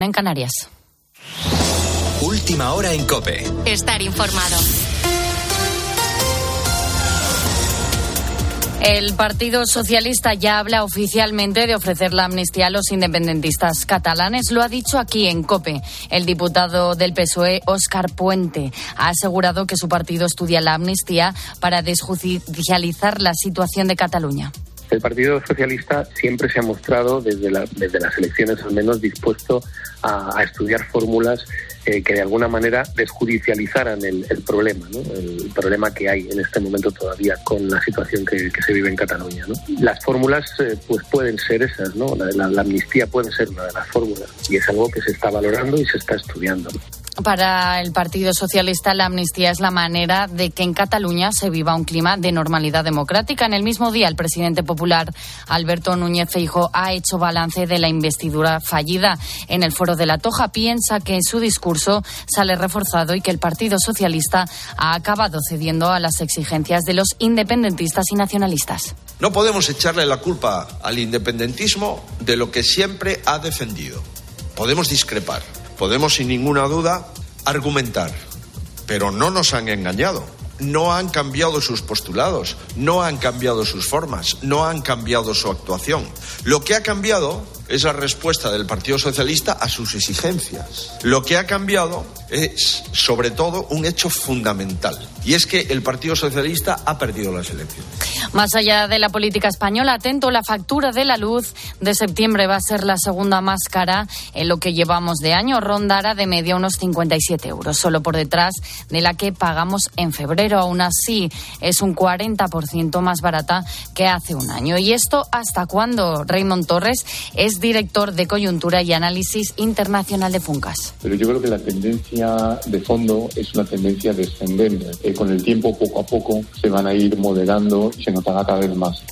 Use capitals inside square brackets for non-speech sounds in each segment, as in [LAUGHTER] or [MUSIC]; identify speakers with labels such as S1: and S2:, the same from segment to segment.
S1: en Canarias.
S2: Última hora en Cope.
S1: Estar informado. El Partido Socialista ya habla oficialmente de ofrecer la amnistía a los independentistas catalanes. Lo ha dicho aquí en COPE. El diputado del PSOE, E, Óscar Puente, ha asegurado que su partido estudia la amnistía para desjudicializar la situación de Cataluña.
S3: El Partido Socialista siempre se ha mostrado, desde, la, desde las elecciones al menos, dispuesto a, a estudiar fórmulas eh, que de alguna manera desjudicializaran el, el problema, ¿no? el problema que hay en este momento todavía con la situación que, que se vive en Cataluña. ¿no? Las fórmulas eh, pues pueden ser esas, ¿no? La, la, la, amnistía puede ser una de las fórmulas y es algo que se está valorando y se está estudiando.
S1: Para el Partido Socialista, la amnistía es la manera de que en Cataluña se viva un clima de normalidad democrática. En el mismo día, el presidente popular Alberto Núñez Feijo ha hecho balance de la investidura fallida en el Foro de la Toja. Piensa que su discurso sale reforzado y que el Partido Socialista ha acabado cediendo a las exigencias de los independentistas y nacionalistas.
S4: No podemos echarle la culpa al independentismo de lo que siempre ha defendido. Podemos discrepar podemos sin ninguna duda argumentar, pero no nos han engañado. No han cambiado sus postulados, no han cambiado sus formas, no han cambiado su actuación. Lo que ha cambiado es la respuesta del Partido Socialista a sus exigencias. Lo que ha cambiado es, sobre todo, un hecho fundamental, y es que el Partido Socialista ha perdido las elecciones.
S1: Más allá de la política española, atento, la factura de la luz de septiembre va a ser la segunda más cara en lo que llevamos de año, rondará de media unos 57 euros, solo por detrás de la que pagamos en febrero. Aún así, es un 40% más barata que hace un año. ¿Y esto hasta cuándo? Raymond Torres es director de Coyuntura y Análisis Internacional de Funcas.
S5: Pero yo creo que la tendencia de fondo es una tendencia descendente. Eh, con el tiempo, poco a poco, se van a ir moderando y se notará cada vez más.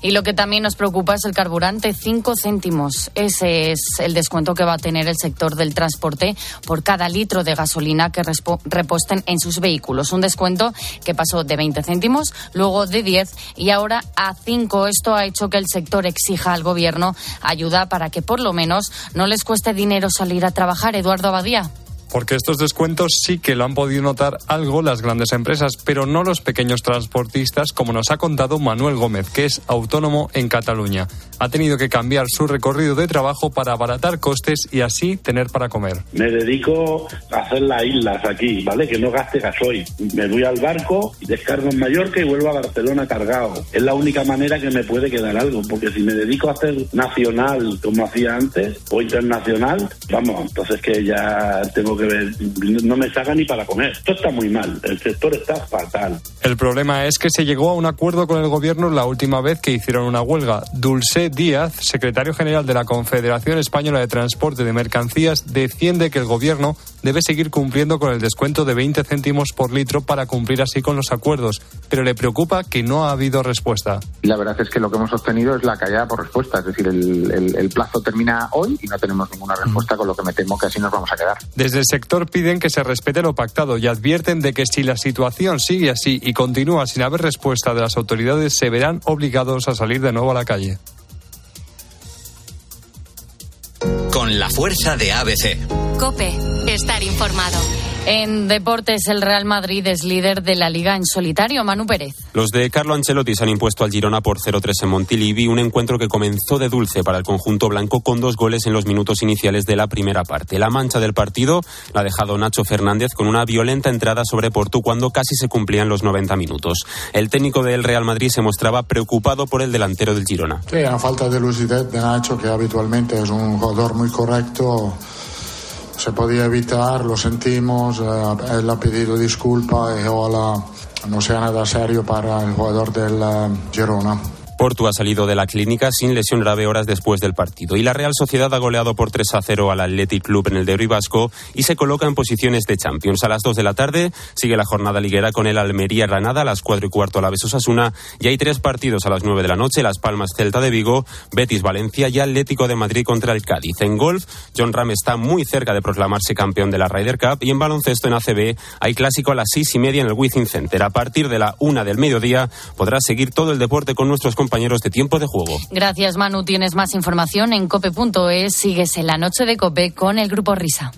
S1: Y lo que también nos preocupa es el carburante, 5 céntimos. Ese es el descuento que va a tener el sector del transporte por cada litro de gasolina que reposten en sus vehículos. Un descuento que pasó de 20 céntimos, luego de 10 y ahora a 5. Esto ha hecho que el sector exija al gobierno ayuda para que por lo menos no les cueste dinero salir a trabajar. Eduardo Abadía
S6: porque estos descuentos sí que lo han podido notar algo las grandes empresas, pero no los pequeños transportistas, como nos ha contado Manuel Gómez, que es autónomo en Cataluña. Ha tenido que cambiar su recorrido de trabajo para abaratar costes y así tener para comer.
S7: Me dedico a hacer las islas aquí, ¿vale? Que no gaste gasoil. Me voy al barco, descargo en Mallorca y vuelvo a Barcelona cargado. Es la única manera que me puede quedar algo, porque si me dedico a hacer nacional como hacía antes, o internacional, vamos, entonces que ya tengo que no me saca ni para comer. Esto está muy mal, el sector está fatal.
S6: El problema es que se llegó a un acuerdo con el gobierno la última vez que hicieron una huelga. Dulce Díaz, secretario general de la Confederación Española de Transporte de Mercancías, defiende que el gobierno debe seguir cumpliendo con el descuento de 20 céntimos por litro para cumplir así con los acuerdos, pero le preocupa que no ha habido respuesta.
S5: La verdad es que lo que hemos obtenido es la callada por respuesta, es decir, el, el, el plazo termina hoy y no tenemos ninguna respuesta, con lo que me temo que así nos vamos a quedar.
S6: Desde el sector piden que se respete lo pactado y advierten de que si la situación sigue así y continúa sin haber respuesta de las autoridades, se verán obligados a salir de nuevo a la calle.
S2: Con la fuerza de ABC.
S1: Cope, estar informado. En deportes, el Real Madrid es líder de la liga en solitario. Manu Pérez.
S8: Los de Carlo Ancelotti se han impuesto al Girona por 0-3 en Montilivi, un encuentro que comenzó de dulce para el conjunto blanco con dos goles en los minutos iniciales de la primera parte. La mancha del partido la ha dejado Nacho Fernández con una violenta entrada sobre Portu cuando casi se cumplían los 90 minutos. El técnico del Real Madrid se mostraba preocupado por el delantero del Girona.
S9: Sí, a falta de lucidez de Nacho, que habitualmente es un jugador muy correcto se podía evitar, lo sentimos, eh, él ha pedido disculpa y ojalá no sea nada serio para el jugador del eh, Girona.
S8: Portu ha salido de la clínica sin lesión grave horas después del partido y la Real Sociedad ha goleado por 3 a 0 al Athletic Club en el Derby Vasco y se coloca en posiciones de Champions. A las 2 de la tarde sigue la jornada liguera con el Almería Granada a las 4 y cuarto a la Osasuna y hay tres partidos a las 9 de la noche, Las Palmas Celta de Vigo, Betis Valencia y Atlético de Madrid contra el Cádiz. En golf, John Ram está muy cerca de proclamarse campeón de la Ryder Cup y en baloncesto en ACB hay clásico a las 6 y media en el Wizzing Center. A partir de la 1 del mediodía podrás seguir todo el deporte con nuestros compañeros compañeros de tiempo de juego.
S1: Gracias, Manu. Tienes más información en cope.es. Sigues en la noche de cope con el grupo Risa.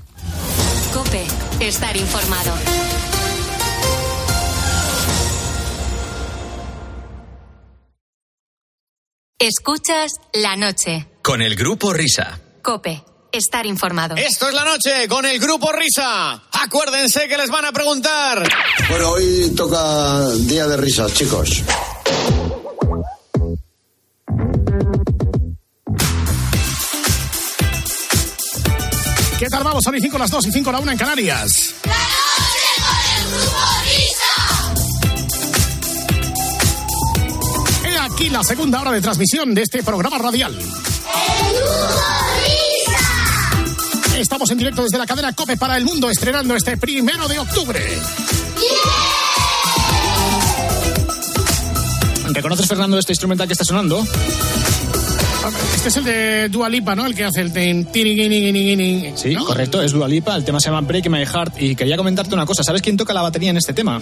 S10: Cope, estar informado. Escuchas la noche.
S2: Con el grupo Risa.
S10: Cope, estar informado.
S11: Esto es la noche con el grupo Risa. Acuérdense que les van a preguntar.
S12: Bueno, hoy toca día de risas, chicos.
S11: ¿Qué tal vamos? Son y 5 las 2 y 5 la 1 en Canarias. He aquí la segunda hora de transmisión de este programa radial. Estamos en directo desde la cadena COPE para el mundo, estrenando este primero de octubre. ¿Reconoces, Fernando, este instrumental que está sonando? Este es el de Dualipa, ¿no? El que hace el tin, tiri, guini, guini, guini,
S13: Sí,
S11: ¿no?
S13: correcto, es Dualipa, el tema se llama Break My Heart y quería comentarte una cosa, ¿sabes quién toca la batería en este tema?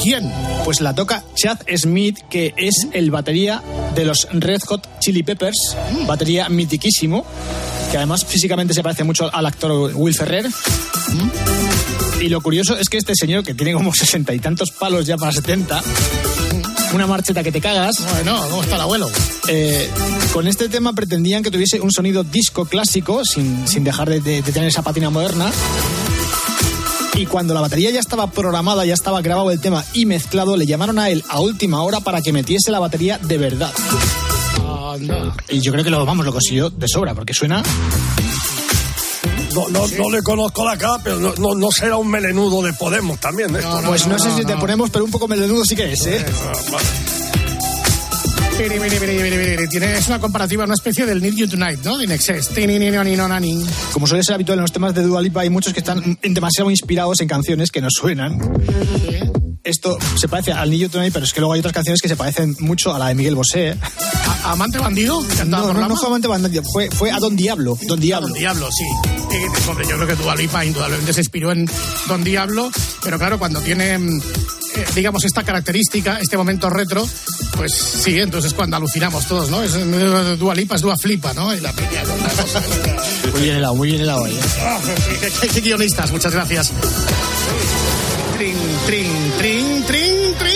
S11: ¿Quién?
S13: Pues la toca Chad Smith, que es el batería de los Red Hot Chili Peppers, batería mitiquísimo, que además físicamente se parece mucho al actor Will Ferrer. Y lo curioso es que este señor, que tiene como sesenta y tantos palos ya para setenta, una marcheta que te cagas,
S11: Bueno, ¿cómo está el abuelo?
S13: eh, con este tema pretendían que tuviese un sonido disco clásico, sin, sin dejar de, de- de tener esa patina moderna. Y cuando la batería ya estaba programada, ya estaba grabado el tema y mezclado, le llamaron a él a última hora para que metiese la batería de verdad.
S11: Anda.
S13: Y yo creo que lo, vamos, lo consiguió de sobra, porque suena...
S14: No, no, no le conozco la cara, pero no, no, no será un melenudo de Podemos también. ¿eh?
S13: pues no, sé si te ponemos, pero un poco melenudo sí que es, ¿eh?
S11: Pues, ah, Tiri, miri, miri, miri, miri. Tiene- Es una comparativa, una especie del Need You Tonight, ¿no? De Inexcess. Tini, ni, no, ni, no, na, ni.
S13: Como suele ser habitual en los temas de Dua Lipa, hay muchos que están mm, demasiado inspirados en canciones que no suenan. Esto se parece al New Tonight, pero es que luego hay otras canciones que se parecen mucho a la de Miguel Bosé. ¿eh?
S11: A- ¿Amante bandido? que andaba
S13: No,
S11: por
S13: no,
S11: la
S13: no
S11: ma-
S13: fue Amante Bandido, fue, fue a Don Diablo. Don Diablo.
S11: Don Diablo, sí. Y, hombre, yo creo que Dua Lipa indudablemente se inspiró en Don Diablo, pero claro, cuando tiene, mm, eh, digamos, esta característica, este momento retro, pues sí, entonces cuando alucinamos todos, ¿no? Es, eh, Dua Lipa es Dua Flipa, ¿no? Y la piña con la cosa.
S13: Muy bien helado, muy bien helado ahí. ¿eh?
S11: Ah, qué- qué- qué guionistas, muchas gracias. Trin, trin, trin, trin, trin.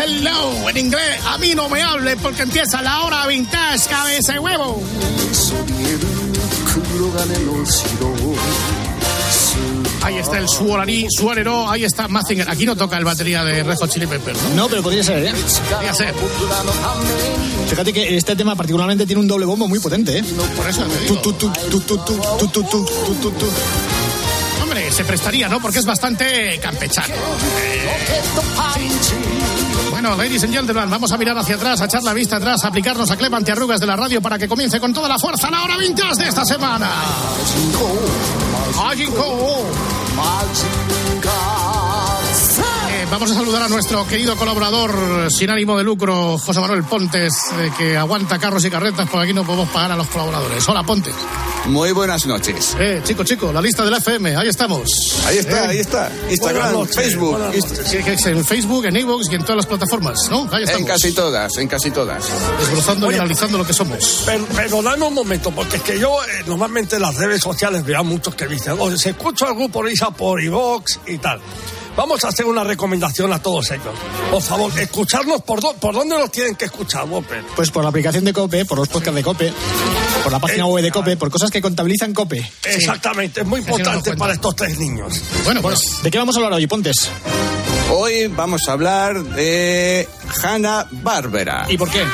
S11: Hello, en inglés, a mí no me hable porque empieza la hora vintage, cabeza de huevo. Ahí está el Suorari, Suorero, ahí está Mazinger. Aquí no toca el batería de Red Hot Chili Peppers, ¿no?
S13: No, pero podría ser, ¿eh?
S11: Podría ser.
S13: Fíjate que este tema particularmente tiene un doble bombo muy potente, ¿eh?
S11: Por eso te digo.
S13: Tu, tu, tu, tu, tu, tu, tu, tu, tu, tu, tu.
S11: Hombre, se prestaría, ¿no? Porque es bastante campechano. Bueno, ladies and gentlemen, vamos a mirar hacia atrás, a echar la vista atrás, a aplicarnos a Clem antiarrugas de la radio para que comience con toda la fuerza la hora vintage de esta semana. Majin Koo. Eh, Vamos a saludar a nuestro querido colaborador sin ánimo de lucro, José Manuel Pontes, eh, que aguanta carros y carretas, porque aquí no podemos pagar a los colaboradores. Hola, Pontes.
S15: Muy buenas noches.
S11: Eh, chico, chico, la lista de la FM, ahí estamos.
S15: Ahí
S13: Eh,
S15: está, ahí está. Instagram,
S14: Buenas noches,
S15: Facebook,
S14: buenas
S15: Inst-
S11: Que- que es en Facebook, en Evox y en todas las plataformas, ¿no? Ahí
S15: en
S11: estamos.
S15: casi todas, en casi todas.
S11: Desbrozando y
S14: Oye.
S11: analizando lo que somos.
S14: Pero, perdonadme un momento, porque es que yo eh, normalmente en las redes sociales veo a muchos que dicen, oye, se escucha el grupo Risa por iVox y tal. Vamos a hacer una recomendación a todos ellos. Por favor, escucharnos por, do- por dónde nos tienen que escuchar, López.
S13: Pues por la aplicación de COPE, por los podcasts de COPE, por la
S11: Eh,
S13: página web
S11: ah.
S13: de COPE, por cosas que contabilizan COPE.
S14: Exactamente, es muy
S11: no nos
S14: importante
S11: cuenta.
S14: para estos tres niños.
S11: Bueno, pues.
S13: ¿De qué vamos a hablar hoy, Pontes?
S15: Hoy vamos a hablar de Hanna Bárbara.
S13: ¿Y por qué?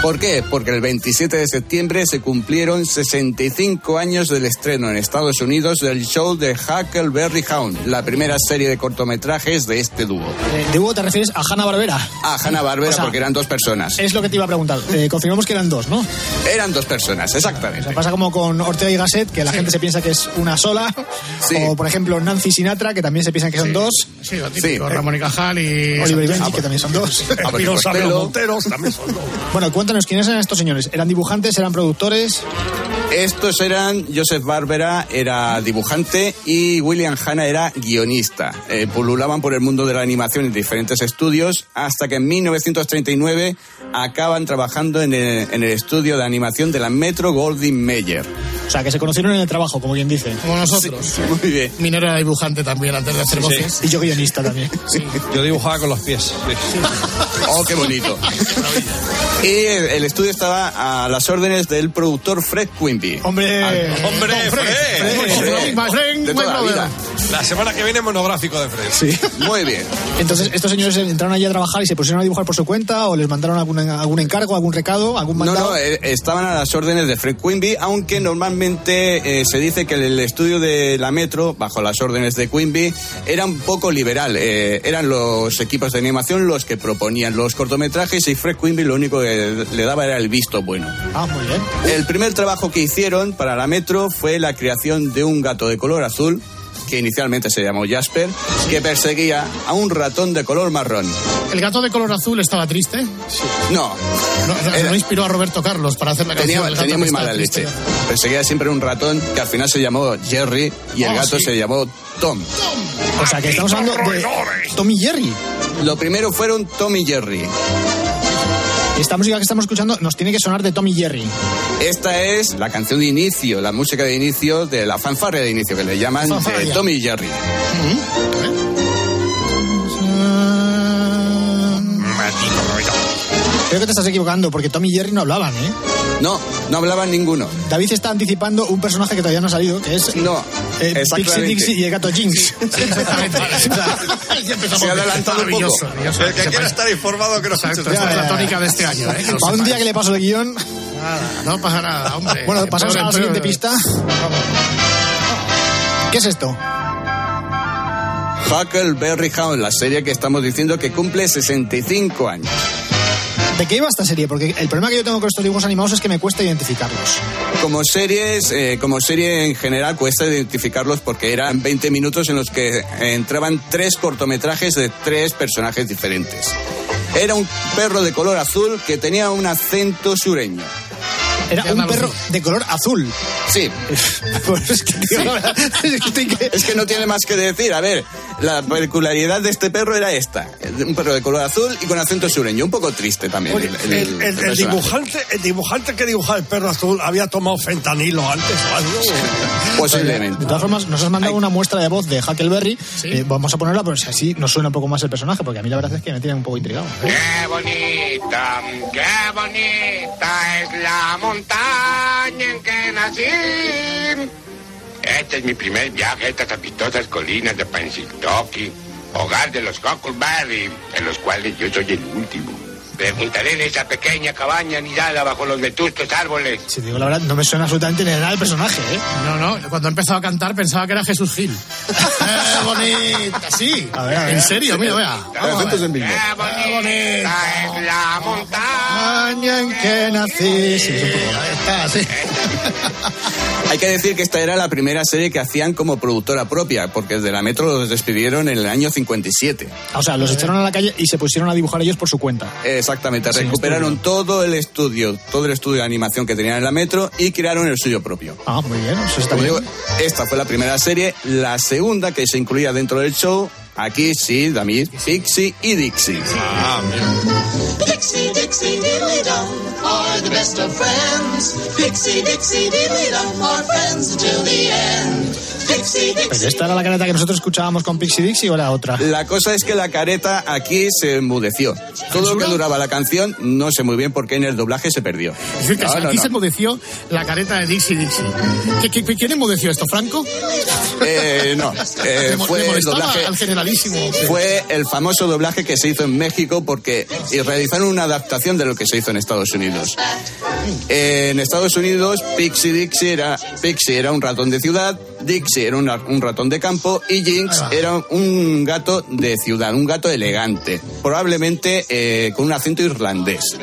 S15: ¿Por qué? Porque el 27 de septiembre se cumplieron 65 años del estreno en Estados Unidos del show de Huckleberry Hound, la primera serie de cortometrajes de este dúo.
S13: Eh, ¿De Hugo te refieres a Hanna Barbera?
S15: A Hanna Barbera,
S13: O sea,
S15: porque eran dos personas.
S13: Es lo que te iba a preguntar. Eh, confirmamos que eran dos, ¿no?
S15: Eran dos personas,
S13: O sea,
S15: exactamente.
S13: pasa como con Ortega y Gasset, que la gente se piensa que es una sola.
S15: Sí.
S13: O, por ejemplo, Nancy Sinatra, que también se piensa que son dos.
S11: Sí, lo típico,
S15: Sí.
S11: Ramón y Cajal y.
S13: Oliver y Benji, que también
S15: [LAUGHS]
S13: son dos.
S15: Ah, porque
S14: Pirosa,
S15: Costello-
S14: los Monteros también son dos.
S13: bueno, cuéntanos, ¿quiénes eran estos señores? ¿Eran dibujantes? ¿Eran productores?
S15: Estos eran Joseph Barbera, era dibujante, y William Hanna era guionista. Eh, pululaban por el mundo de la animación en diferentes estudios, hasta que en 1939 acaban trabajando en el, en el estudio de animación de la Metro Goldwyn Mayer.
S13: O sea, que se conocieron en el trabajo, como quien dice.
S11: Como nosotros.
S15: muy bien.
S11: Minero era dibujante también antes de hacer
S13: Sí.
S11: voces.
S13: Y yo guionista también.
S11: ¿eh?
S15: [LAUGHS]
S6: Yo dibujaba con los pies.
S15: Oh, qué bonito. Y el el estudio estaba a las órdenes del productor Fred Quimby.
S11: Hombre,
S14: Hombre, Fred.
S15: Fred.
S11: My friend,
S15: De
S11: my
S15: toda la
S11: brother.
S15: vida.
S14: La semana que viene monográfico de Fred.
S13: Sí.
S15: Muy bien.
S13: Entonces, ¿estos señores entraron allí a trabajar y se pusieron a dibujar por su cuenta o les mandaron algún, algún encargo, algún recado, algún
S15: No,
S13: mandado?
S15: no, eh, estaban a las órdenes de Fred Quimby, aunque normalmente eh, se dice que el estudio de la Metro, bajo las órdenes de Quimby, era un poco liberal. Eh, eran los equipos de animación los que proponían los cortometrajes y Fred Quimby lo único que le daba era el visto bueno.
S13: Ah, muy bien.
S15: El primer trabajo que hicieron para la Metro fue la creación de un gato de color azul, que inicialmente se llamó Jasper, que perseguía a un ratón de color marrón.
S11: El gato de color azul estaba triste.
S15: No,
S11: No, no, no inspiró a Roberto Carlos para hacer la canción.
S15: tenía,
S11: del gato
S15: tenía
S11: que
S15: muy
S11: estaba
S15: mala
S11: triste.
S15: leche. Perseguía siempre un ratón que al final se llamó Jerry y el
S11: Oh,
S15: gato
S11: sí.
S15: se llamó Tom.
S13: O sea, que estamos hablando de Tommy Jerry.
S15: Lo primero fueron Tom y Jerry.
S13: Esta música que estamos escuchando nos tiene que sonar de Tommy Jerry.
S15: Esta es la canción de inicio, la música de inicio de la fanfarria de inicio que le llaman
S11: Fanfarria. Mm-hmm.
S15: eh, Tom y Jerry.
S13: Creo que te estás equivocando porque Tommy y Jerry no hablaban, ¿eh?
S15: No, no hablaban ninguno.
S13: David está anticipando un personaje que todavía no ha salido, que es
S15: No,
S13: eh, Pixie
S15: exactamente.
S13: Dixie y el gato [LAUGHS] Jinx.
S11: Exactamente. Ya empezamos
S15: Se ha
S11: bien.
S15: adelantado un poco.
S11: Maravilloso, maravilloso.
S14: El que quiera
S11: Se parece-
S14: estar informado que nos
S11: Exacto,
S14: escuche.
S11: esta es la tónica de este año. ¿eh? Que lo
S13: Para un día que
S11: sepáis.
S13: le paso el guión.
S11: Nada, no pasa nada, hombre.
S13: Bueno, pasamos a la
S11: Pobre,
S13: siguiente
S11: pobre.
S13: pista. ¿Qué es esto?
S15: Huckleberry Hound, la serie que estamos diciendo que cumple 65 años.
S13: ¿De qué iba esta serie? Porque el problema que yo tengo con estos dibujos animados es que me cuesta identificarlos.
S15: Como series, eh, como serie en general cuesta identificarlos porque eran 20 minutos en los que eh, entraban tres cortometrajes de tres personajes diferentes. Era un perro de color azul que tenía un acento sureño.
S13: Era un
S11: Llámalo
S13: perro
S11: así.
S13: de color azul.
S15: Sí,
S13: [LAUGHS] Pues es que, tío, la verdad, [LAUGHS] es que estoy que-
S15: es que no tiene más que decir. A ver, la peculiaridad de este perro era esta. Un perro de color azul y con acento sureño. Un poco triste también.
S14: Oye,
S15: el-
S14: el,
S15: el-
S14: el- el
S15: el personaje.
S14: dibujante, el dibujante que dibujaba el perro azul había tomado fentanilo antes. o algo.
S13: Pues De
S15: Posiblemente.
S13: todas formas, nos has mandado una muestra de voz de Huckleberry.
S11: Sí.
S13: Eh, vamos a ponerla, pues así nos suena un poco más el personaje, porque a mí la verdad es que me tiene un poco intrigado.
S16: Qué bonita, qué bonita es la montaña en que nací. Este es mi primer viaje a estas apetitosas colinas de Pensiltoki, hogar de los Huckleberry, en los cuales yo soy el último. Preguntaré en esa pequeña cabaña anidada bajo los vetustos árboles.
S13: Si te digo la verdad, no me suena absolutamente ni de nada el personaje, ¿eh?
S11: No, no, cuando he empezado a cantar pensaba que era
S15: [LAUGHS]
S11: Jesús Gil. ¡Qué bonita! Sí,
S13: A ver, a ver.
S11: en serio, mira, vea. Vamos a ver. Eh,
S16: Qué
S14: Eh,
S16: bonita es la montaña.
S13: Año en que nací. Sí, es un poco-
S11: Ahí está, sí.
S15: Hay que decir que esta era la primera serie que hacían como productora propia, porque de la Metro los despidieron en el año 57.
S13: O sea, los echaron a la calle y se pusieron a dibujar ellos por su cuenta.
S15: Exactamente,
S13: Sí,
S15: recuperaron todo el estudio, todo el estudio de animación que tenían en la Metro y crearon el suyo propio.
S13: Ah, muy bien, eso está
S15: Como
S13: bien.
S15: digo, esta fue la primera serie, la segunda que se incluía dentro del show, aquí sí, David, Pixie y Dixie.
S17: Pixie Dixie Diddly Dum are the best of friends. Pixie Dixie Diddly Dum are friends until the end. Pixie
S13: ¿Pero
S17: Dixie.
S13: Pues esta era la careta que nosotros escuchábamos con Pixie Dixie o era otra?
S15: La cosa es que la careta aquí se enmudeció. Todo lo que duraba la canción, no sé muy bien por qué en el doblaje se perdió.
S11: Es decir, que
S15: No,
S11: aquí
S15: no,
S11: se
S15: no.
S11: enmudeció la careta de Dixie Dixie. ¿Qué, qué, qué- quién enmudeció esto, Franco?
S15: Eh, no, eh,
S11: [LAUGHS] Le mo- le
S15: fue el
S11: molestaba
S15: doblaje.
S11: al generalísimo.
S15: Fue el famoso doblaje que se hizo en México porque y realizaron una adaptación de lo que se hizo en Estados Unidos. Eh, En Estados Unidos, Pixie Dixie era, Pixie era un ratón de ciudad, Dixie era una- un ratón de campo y
S11: Ah.
S15: Jinx era un gato de ciudad, un gato elegante, probablemente eh, con un acento irlandés.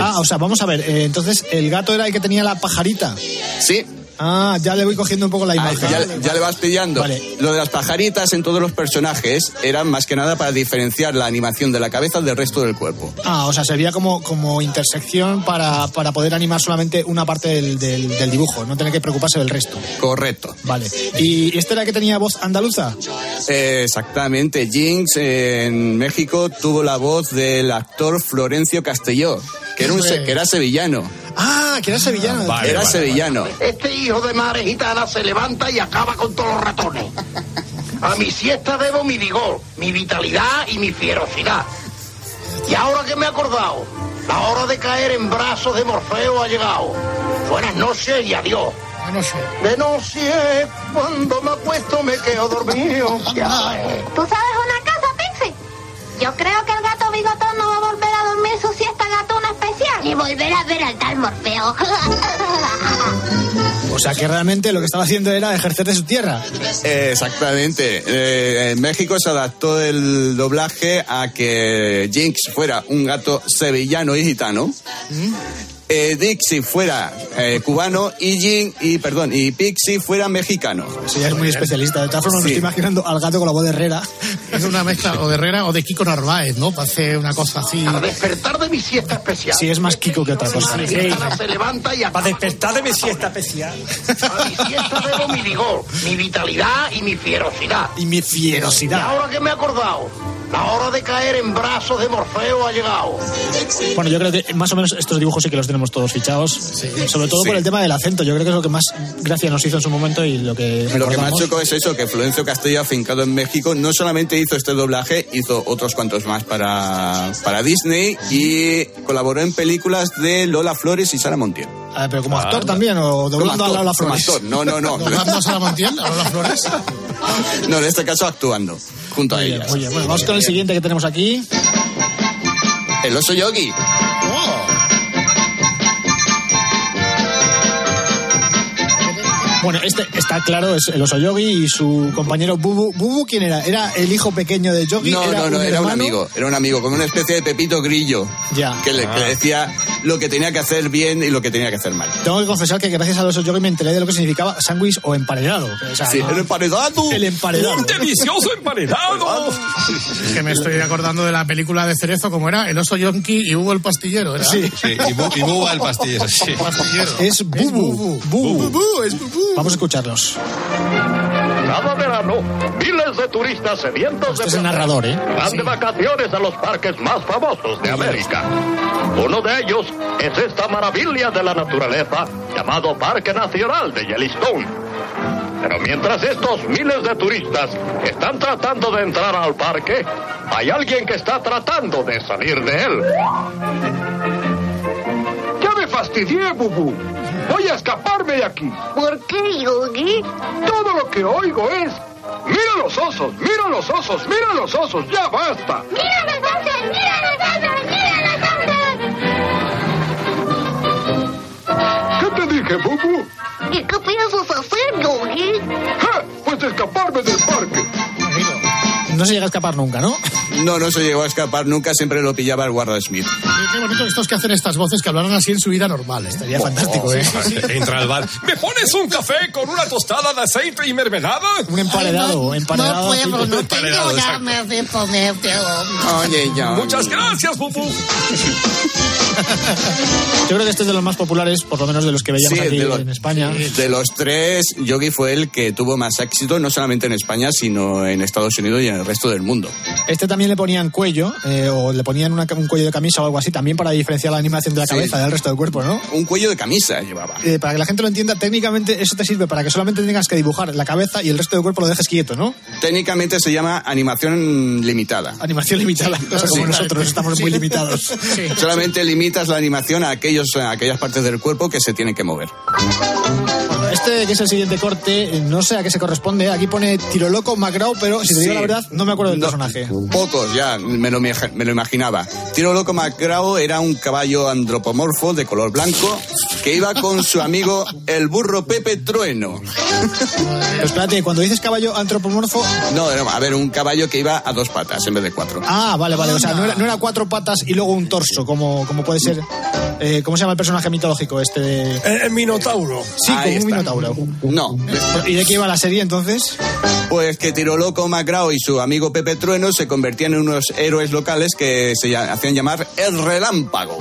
S13: Ah, o sea, vamos a ver. eh, entonces, el gato era el que tenía la pajarita.
S15: Sí,
S13: Ah, ya le voy cogiendo un poco la imagen.
S15: ya, ya le vas pillando. Lo de las pajaritas en todos los personajes eran más que nada para diferenciar la animación de la cabeza del resto del cuerpo.
S13: Ah, o sea, servía como, como intersección para, para poder animar solamente una parte del, del- del dibujo, no tener que preocuparse del resto.
S15: Correcto.
S13: Vale. ¿Y este era que tenía voz andaluza?
S15: Eh, exactamente. Jinx eh, en México tuvo la voz del actor Florencio Castelló, que era, un se- que era sevillano.
S13: Ah, que era sevillano.
S15: era sevillano.
S18: Este hijo de madre gitana se levanta y acaba con todos los ratones. A mi siesta debo mi vigor, mi vitalidad y mi ferocidad. Y ahora que me he acordado, la hora de caer en brazos de Morfeo ha llegado. Buenas noches y adiós. De noche, cuando me acuesto me quedo dormido. eh.
S19: ¿Tú sabes una cosa, Pixie? Yo creo que el gato bigotón no va a volver a dormir su siesta gatuna especial. Y volver a ver al tal Morfeo. [LAUGHS]
S13: O sea, que realmente lo que estaba haciendo era ejercer de su tierra.
S15: Eh, Exactamente. Eh, en México se adaptó el doblaje a que Jinx fuera un gato sevillano y gitano.
S13: Mm.
S15: eh, Dixie fuera eh, cubano y Jin y perdón y Pixie fuera mexicano.
S13: Eso ya es muy especialista. De todas formas, me
S15: Sí.
S13: estoy imaginando al gato con la voz de Herrera.
S11: Es una mezcla o de Herrera o de Kiko Narváez, ¿no? Hace una cosa así.
S18: Al despertar de mi siesta especial.
S13: Sí, es más Kiko que otra cosa.
S18: Mi gitana se levanta y acaba
S13: despertar de mi siesta especial.
S18: A mi siesta debo mi vigor, mi vitalidad y mi ferocidad.
S13: Y mi
S18: Y
S13: fierosidad.
S18: ahora que me he acordado, la hora de caer en brazos de Morfeo ha llegado.
S13: Bueno, yo creo que más o menos estos dibujos sí que los tenemos todos fichados. Sobre todo
S15: Sí.
S13: por el tema del acento. Yo creo que es lo que más gracia nos hizo en su momento y lo que.
S15: Lo que más
S13: recordamos.
S15: chocó es eso, que Florencio Castillo, afincado en México, no solamente hizo este doblaje, hizo otros cuantos más para, para Disney y colaboró en películas de Lola Flores y Sara Montiel.
S13: A ver, pero como actor
S15: Ah,
S13: también, o doblando a
S15: actor,
S13: Lola
S15: como
S13: Flores.
S15: actor. No, no,
S13: [LAUGHS]
S15: no.
S13: ¿Doblando a Sara Montiel, a Lola Flores?
S15: No, en este caso actuando, junto a ellas.
S13: Oye, bueno, vamos con el siguiente que tenemos aquí.
S15: El oso yogi.
S13: Oh. Bueno, este está claro, es el oso Yogi y su compañero Bubu. ¿Bubu quién era? ¿Era el hijo pequeño de Yogi?
S15: No, no, no, era un
S13: hermano?
S15: amigo, era un amigo, como una especie de Pepito Grillo,
S13: Ya.
S15: que le, que le decía lo que tenía que hacer bien y lo que tenía que hacer mal.
S13: Tengo que confesar que gracias al oso Yogi me enteré de lo que significaba sándwich o emparedado. O sea,
S15: Sí,
S13: no-
S15: el emparedado.
S13: El emparedado.
S14: emparedado!
S11: Es que me estoy acordando de la película de Cerezo, como era El oso yonki y Hugo el pastillero, ¿era?
S13: Sí.
S20: Sí, y Bu- y Bubba el pastillero, sí.
S11: Pastillero.
S13: Es Bubu. Bubu.
S11: es Bubu.
S13: Vamos a escucharlos.
S21: Cada verano, miles de turistas sedientos de
S13: Es el narrador, ¿eh?
S21: van de vacaciones a los parques más famosos de América. Uno de ellos es esta maravilla de la naturaleza llamado Parque Nacional de Yellowstone. Pero mientras estos miles de turistas están tratando de entrar al parque, hay alguien que está tratando de salir de él.
S22: Ya me fastidié, Bubu. Voy a escaparme de aquí. ¿Por qué, Yogi? Todo lo que oigo es... ¡Mira los osos! ¡Mira los osos! ¡Mira los osos! ¡Ya basta!
S17: ¡Mira los osos! ¡Mira los osos!
S22: ¿Qué te dije, Bubu?
S19: ¿Y qué piensas hacer, Yogi?
S22: ¡Ja! Pues escaparme del parque.
S13: No se llega a escapar nunca, ¿no?
S15: No, no se llegó a escapar nunca, siempre lo pillaba el guarda Smith.
S11: Qué- Qué bonito estos que hacen estas voces que hablaran así en su vida normal. Estaría fantástico, ¿eh?
S14: Entra al bar. ¿Me pones un café con una tostada de aceite y mermelada? Un
S13: emparedado,
S14: emparedado.
S17: ganas de ponerte
S15: Oye, ya.
S14: Muchas gracias, Pupu.
S13: Yo creo que este es de los más populares, por lo menos de los que veíamos
S15: Sí,
S13: aquí
S15: de los-
S13: en España.
S15: De los tres, Yogi fue el que tuvo más éxito, no solamente en España, sino en Estados Unidos y en el resto del mundo.
S13: Este también le ponían cuello, eh, o le ponían una ca- un cuello de camisa o algo así, también para diferenciar la animación de la
S15: Sí.
S13: cabeza del resto del cuerpo, ¿no?
S15: Un cuello de camisa llevaba.
S13: Eh, para que la gente lo entienda, técnicamente eso te sirve para que solamente tengas que dibujar la cabeza y el resto del cuerpo lo dejes quieto, ¿no?
S15: Técnicamente se llama animación limitada.
S13: Animación limitada, o sea, como
S15: Sí.
S13: nosotros estamos muy limitados.
S15: Solamente limitas la animación a, aquellos, a aquellas partes del cuerpo que se tienen que mover.
S13: [LAUGHS] Bueno, Este, que es el siguiente corte, eh, no sé a qué se corresponde. eh, Aquí pone Tiroloco McGraw, pero si te digo
S15: Sí.
S13: la verdad, no me acuerdo del personaje.
S15: Pocos ya, me lo, me lo imaginaba. Tiro Loco McGraw era un caballo antropomorfo de color blanco que iba con su amigo el burro Pepe Trueno.
S13: Pero espérate, cuando dices caballo antropomorfo.
S15: No, no, a ver, un caballo que iba a dos patas en vez de cuatro.
S13: Ah, vale, vale. O sea, no era, no era cuatro patas y luego un torso, como, como puede de ser. eh, ¿Cómo se llama el personaje mitológico este? de- Ah,
S14: El Minotauro.
S13: Sí,
S15: Ahí
S13: como un
S15: está.
S13: minotauro.
S15: No.
S13: ¿Y de qué iba la serie entonces?
S15: Pues que Tiro Loco Macrao y su amigo Pepe Trueno se convertían en unos héroes locales que se ll- hacían llamar el Relámpago.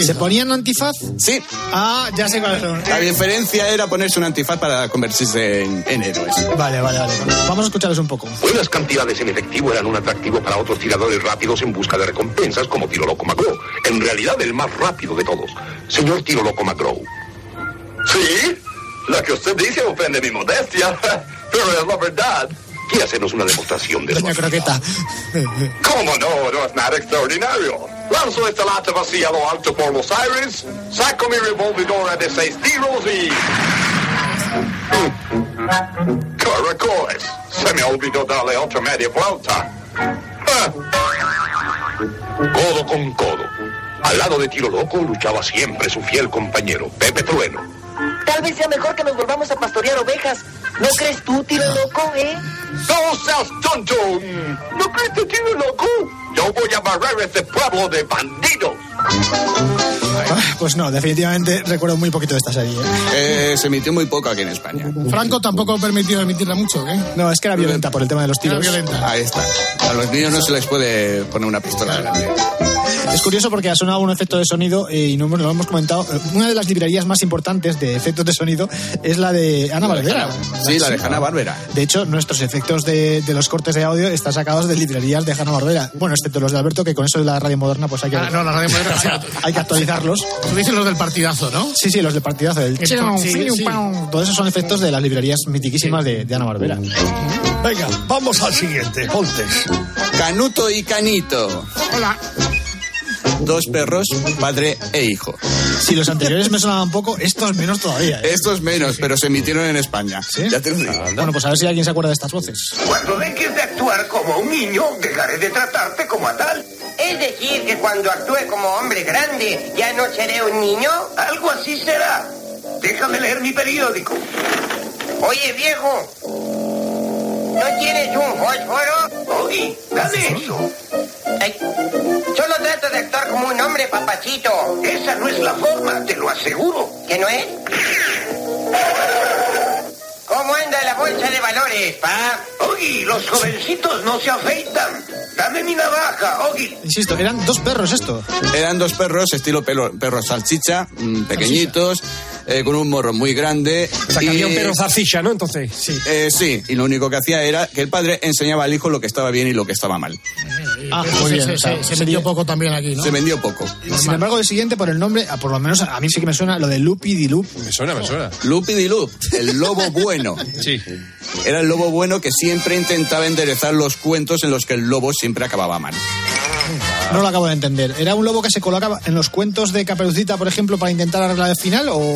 S13: ¿Se ponían un antifaz?
S15: Sí.
S13: Ah, ya sé cuál es.
S15: La diferencia era ponerse un antifaz para convertirse en, en héroes.
S13: Vale, vale, vale. Vamos a escucharlos un poco.
S21: Buenas cantidades en efectivo eran un atractivo para otros tiradores rápidos en busca de recompensas como Tiro Loco McGraw. En realidad, el más rápido de todos. Señor Tiro Loco McGraw. Sí, lo que usted dice ofende mi modestia, [LAUGHS] pero es la verdad. ¿Quiere hacernos una demostración de la
S13: Doña Croqueta.
S21: ¿Cómo no? No es nada extraordinario. Lanzo esta lata vacía a lo oh, alto por los aires, saco mi revolvidora de seis tiros y... Caracoles, se me olvidó darle otra media vuelta. Ah. Codo con codo. Al lado de Tiro Loco luchaba siempre su fiel compañero, Pepe Trueno.
S18: Tal vez sea mejor que nos volvamos a pastorear ovejas. ¿No crees tú, tiro loco, eh?
S21: ¡No seas tonto! ¿No crees que Tiro Loco? Yo voy a barrer este pueblo de bandidos.
S13: Ah, Pues no, definitivamente recuerdo muy poquito de esta serie. ¿eh?
S15: Eh, se emitió muy poco aquí en España.
S11: Franco tampoco permitió emitirla mucho, ¿eh?
S13: No, es que era violenta por el tema de los tiros.
S15: Ahí está. A los niños no se les puede poner una pistola grande.
S13: Es curioso porque ha sonado un efecto de sonido eh, y no hemos- lo hemos comentado. Eh, Una de las librerías más importantes de efectos de sonido es la de Ana Barbera.
S15: Sí, la de Hanna Barbera.
S13: De hecho, nuestros efectos de, de los cortes de audio están sacados de librerías de Hanna Barbera. Bueno, excepto los de Alberto, que con eso de la radio moderna, pues hay que,
S11: Ah, no, la radio moderna, sí.
S13: hay que actualizarlos.
S11: Tú dices los del partidazo, ¿no?
S13: Sí, sí, los de partidazo. del
S11: Sí,
S13: chum,
S11: sí,
S13: fiu,
S11: sí.
S13: pam. Todos esos son efectos de las librerías mitiquísimas de, de Ana Barbera.
S14: Venga, vamos al siguiente. Ponte.
S15: Canuto y Canito.
S11: Hola.
S15: Dos perros, padre e hijo.
S13: Si los anteriores me sonaban poco, estos menos todavía. ¿eh?
S15: Estos menos, pero se emitieron en España. Ya te lo digo.
S13: Bueno, pues a ver si alguien se acuerda de estas voces.
S3: Cuando dejes de actuar como un niño, dejaré de tratarte como a tal.
S18: Es decir, que cuando actúe como hombre grande, ¿ya no seré un niño? Algo así será.
S3: Déjame leer mi periódico.
S18: Oye, viejo, ¿no tienes un fósforo? Oye, dame eso. solo trata de actuar como un hombre, papachito. Esa no es la forma, te lo aseguro. ¿Que no es? ¿Cómo anda la bolsa de valores, pa?
S3: Ogi, los jovencitos no se afeitan. Dame mi navaja, Ogi.
S13: Insisto, eran dos perros esto.
S15: Eran dos perros, estilo pelo- perro salchicha, mm, pequeñitos, eh, con un morro muy grande.
S14: O sea, que
S15: y-
S14: había un perro zarcilla, ¿no? Entonces.
S15: Eh, sí, y lo único que hacía era que el padre enseñaba al hijo lo que estaba bien y lo que estaba mal.
S13: Ah,
S11: Se-
S13: muy bien.
S11: se-
S13: o sea,
S11: se- se
S13: sería-
S11: metió poco también aquí, ¿no?
S15: Se vendió poco.
S13: Sin embargo, el siguiente, por el nombre, ah, por lo menos a mí sí que me suena lo de Lupi di Loop.
S15: Me suena, me suena. Lupi di Lup, el lobo bueno. Sí. Era el lobo bueno que siempre intentaba enderezar los cuentos en los que el lobo siempre acababa mal.
S13: No lo acabo de entender. ¿Era un lobo que se colocaba en los cuentos de Caperucita, por ejemplo, para intentar arreglar el final? ¿O, o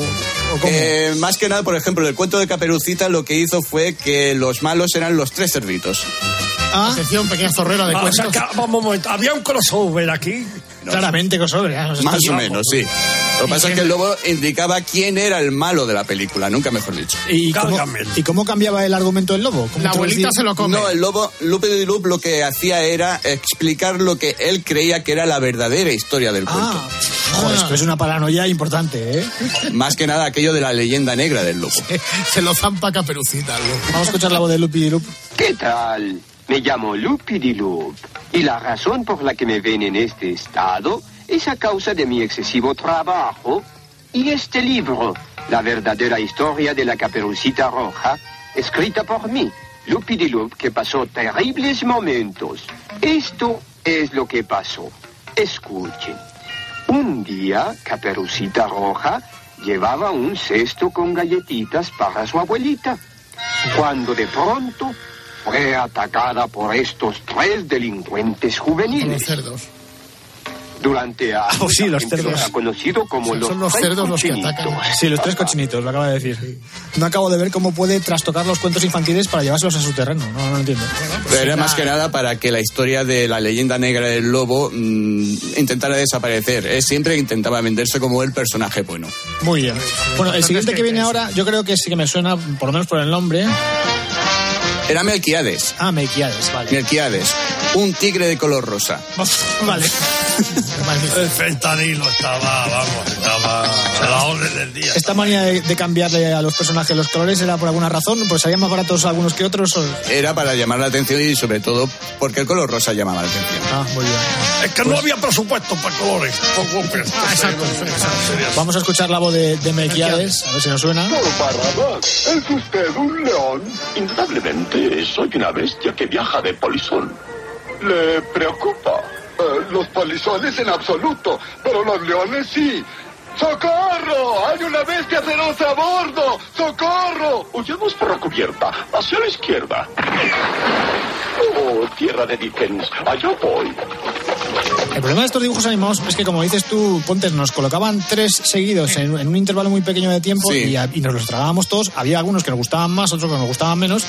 S13: cómo?
S15: Eh, más que nada, por ejemplo, el cuento de Caperucita lo que hizo fue que los malos eran los tres cerditos.
S13: Ah.
S11: Atención, pequeña zorrera de
S14: Ah, o sea,
S11: cuentos.
S14: que- vamos un momento. Había un crossover aquí.
S13: Claramente crossover. ya nos
S15: Más o
S13: estamos-
S15: menos, sí. Lo que pasa es que el lobo indicaba quién era el malo de la película, nunca mejor dicho.
S13: ¿Y cómo, y cómo cambiaba el argumento del lobo? ¿Cómo introducía-
S15: No, el lobo, Lupe de Lup lo que hacía era explicar lo que él creía que era la verdadera historia del cuento.
S13: Ah, joder, esto es una paranoia importante, ¿eh?
S15: Más que nada aquello de la leyenda negra del lobo.
S11: Se lo zampa Caperucita.
S13: Vamos a escuchar la voz de Lupi di Loop.
S4: ¿Qué tal? Me llamo Lupidilup y la razón por la que me ven en este estado es a causa de mi excesivo trabajo y este libro, La verdadera historia de la caperucita roja, escrita por mí, Lupidilup, que pasó terribles momentos. Esto es lo que pasó. Escuchen. Un día, Caperucita Roja llevaba un cesto con galletitas para su abuelita, cuando de pronto fue atacada por estos tres delincuentes juveniles. Durante años
S13: Oh, sí,
S4: la
S13: los
S4: gente
S13: cerdos.
S4: los ha conocido como los, tres cochinitos.
S13: Sí, los tres cochinitos, lo acaba de decir. No acabo de ver cómo puede trastocar los cuentos infantiles para llevárselos a su terreno. No, no lo entiendo.
S15: Pero Pues era más que nada para que la historia de la leyenda negra del lobo mm, intentara desaparecer. Él siempre intentaba venderse como el personaje bueno.
S13: Muy bien. Bueno, el siguiente que viene ahora, yo creo que sí que me suena, por lo menos por el nombre.
S15: Era Melquiades.
S13: Ah, Melquiades, vale.
S15: Melquiades, un tigre de color rosa.
S13: Vale.
S23: El fentanilo estaba, vamos, estaba a la orden del día.
S13: Esta manía de, de cambiarle a los personajes los colores era por alguna razón, pues salían más baratos algunos que otros. o-
S15: Era para llamar la atención y sobre todo porque el color rosa llamaba la atención.
S13: Ah, muy bien. Pues
S23: Es que no había presupuesto para colores.
S13: Ah, exacto. Vamos a escuchar la voz de, de Melquiades, a ver si nos suena.
S21: Barrabás, ¿es usted un león? Indudablemente, soy una bestia que viaja de polizón. ¿Le preocupa? Eh, los polizones en absoluto, pero los leones sí. ¡Socorro! ¡Hay una bestia feroz a bordo! ¡Socorro! Huyamos por la cubierta, hacia la izquierda. Oh, tierra de Dickens, allá voy.
S13: El problema de estos dibujos animados es que, como dices tú, Pontes, nos colocaban tres seguidos en, en un intervalo muy pequeño de tiempo y, a- y nos los tragábamos todos. Había algunos que nos gustaban más, otros que nos gustaban menos,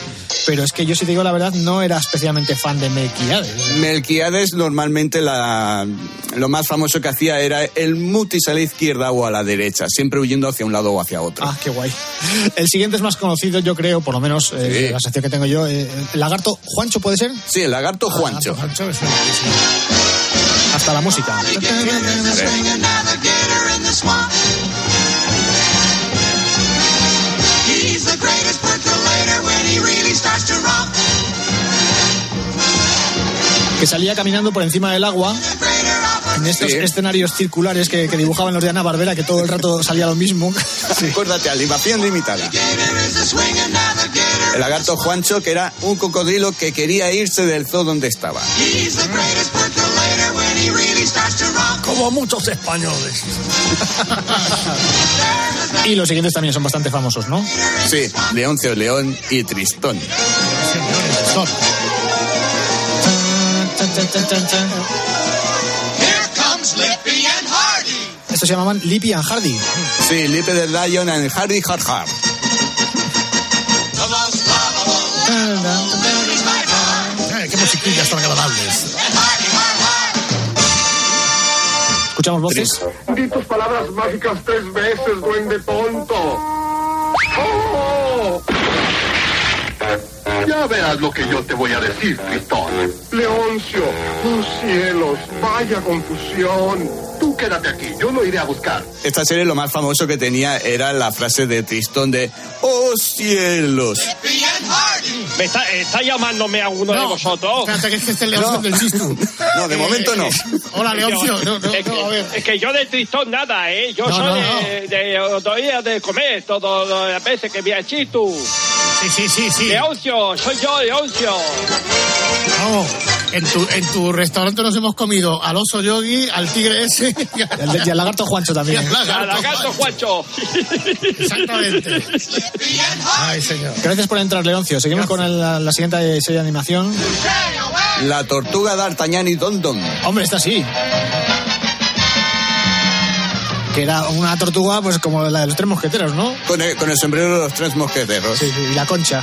S13: pero es que yo, si te digo la verdad, no era especialmente fan de Melquiades.
S15: Melquiades normalmente la- lo más famoso que hacía era el mutis a la izquierda o a la derecha, siempre huyendo hacia un lado o hacia otro.
S13: Ah, qué guay. El siguiente es más conocido, yo creo, por lo menos eh, de la sensación que tengo yo. eh, el lagarto Juancho, ¿puede ser?
S15: Sí, el lagarto Juancho.
S13: Hasta la música.
S17: Bring a navigator in the swamp. He's the greatest percolator when he really starts to romp.
S13: que salía caminando por encima del agua en estos escenarios circulares que, que dibujaban los de Ana Barbera, que todo el rato salía lo mismo.
S15: Acuérdate, animación limitada. El lagarto Juancho, que era un cocodrilo que quería irse del zoo donde estaba.
S17: He's the greatest percolator when he really starts to romp.
S23: Como muchos españoles.
S13: Y los siguientes también son bastante famosos, ¿no?
S15: Sí, Leoncio León y Tristón.
S17: Here comes Lippy and Hardy.
S13: Estos se llamaban Lippy and Hardy.
S15: Sí, Lipe del Lion and Hardy Hard Hard.
S11: Eh, qué musiquillas tan agradables.
S13: Escuchamos voces.
S24: Di tus palabras mágicas tres veces, duende tonto. ¡Oh!
S21: Ya verás lo que yo te voy a decir, Tristón.
S24: Leoncio, ¡oh cielos! ¡Vaya confusión! Tú quédate aquí, yo lo iré a buscar.
S15: Esta serie lo más famoso que tenía era la frase de Tristón de ¡Oh cielos!
S14: ¿Me está, está llamándome a uno de vosotros?
S11: Espérate, que es que este Leoncio
S14: No.
S11: del Sistu.
S15: No, de momento no.
S11: Hola, Leoncio.
S14: Yo-
S11: No, no,
S14: es, que,
S11: no, a ver.
S14: es que yo de tristón nada, ¿eh? Yo
S11: No,
S14: soy
S11: no,
S14: de, de- os doy a de comer todas las veces que vi a Chitu. Sí,
S11: sí, sí, sí.
S14: Leoncio, soy yo, Leoncio.
S11: Vamos, en tu, en tu restaurante nos hemos comido al oso yogi, al tigre ese [LAUGHS] y al,
S13: y al lagarto Juancho también. ¿eh?
S11: Y al lagarto,
S14: Al lagarto Juancho.
S11: Exactamente. Ay, señor.
S13: Gracias por entrar, Leoncio. Seguimos con la, la siguiente serie de animación.
S15: La tortuga D'Artagnan y Don Don.
S13: Hombre, esta sí. Que era una tortuga, pues como la de los tres mosqueteros, ¿no?
S15: Con el, con el sombrero de los tres mosqueteros.
S13: Sí, sí, y la concha.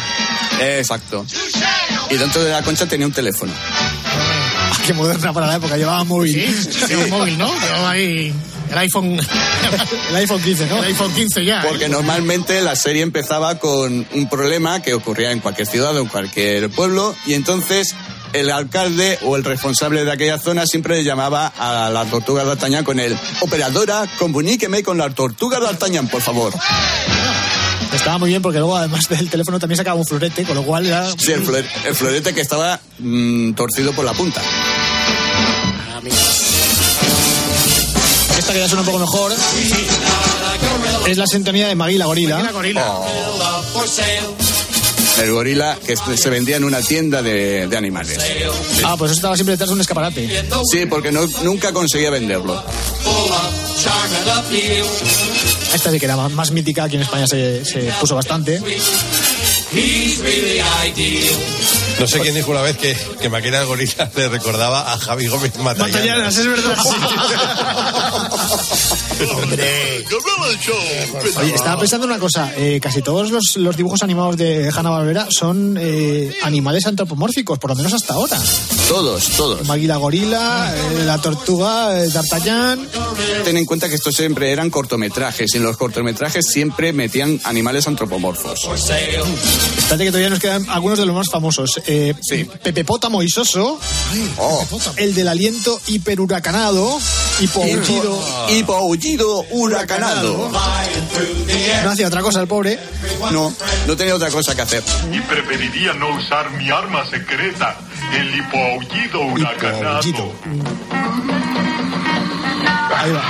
S15: Exacto. Y dentro de la concha tenía un teléfono.
S13: Ah, qué moderna para la época, llevaba móvil.
S11: Sí, llevaba móvil, ¿no? Llevaba ahí el iPhone.
S13: el iPhone 15, ¿no?
S11: El iPhone 15 [LAUGHS] ya.
S15: Porque normalmente la serie empezaba con un problema que ocurría en cualquier ciudad o en cualquier pueblo y entonces el alcalde o el responsable de aquella zona siempre le llamaba a la tortuga d'Artagnan con el operadora, comuníqueme con la tortuga d'Artagnan, por favor.
S13: Estaba muy bien porque luego, además del teléfono, también sacaba un florete, con lo cual era.
S15: Sí, el, flor- el florete que estaba mm, torcido por la punta.
S13: Esta que ya suena un poco mejor. Es la sintonía de Maguila Gorila.
S15: El gorila que se se vendía en una tienda de, de animales.
S13: Ah, pues eso estaba siempre detrás de un escaparate.
S15: Sí, porque no- nunca conseguía venderlo.
S13: Esta sí que era más, más mítica, aquí en España se, se puso bastante.
S25: No sé quién dijo una vez que, que Maquina del [LAUGHS] Gorila le recordaba a Javi Gómez Matallanas.
S11: es verdad.
S8: ¡Hombre!
S13: Oye,
S17: Ah.
S13: estaba pensando una cosa. eh, casi todos los, los dibujos animados de Hanna Barbera son eh, animales antropomórficos, por lo menos hasta ahora.
S15: Todos, todos.
S13: Maguila gorila, eh, la tortuga, eh, D'Artagnan.
S15: Ten en cuenta que estos siempre eran cortometrajes y en los cortometrajes siempre metían animales antropomorfos.
S13: Espérate que todavía nos quedan algunos de los más famosos. Eh, Pepepótamo y Soso. Oh. El del aliento hiperhuracanado. Hipohullido.
S15: Hipohullido huracanado.
S13: No hacía otra cosa el pobre.
S15: No, no tenía otra cosa que hacer.
S9: Y preferiría no usar mi arma secreta, el hipoaullido huracanado.
S13: Ahí va.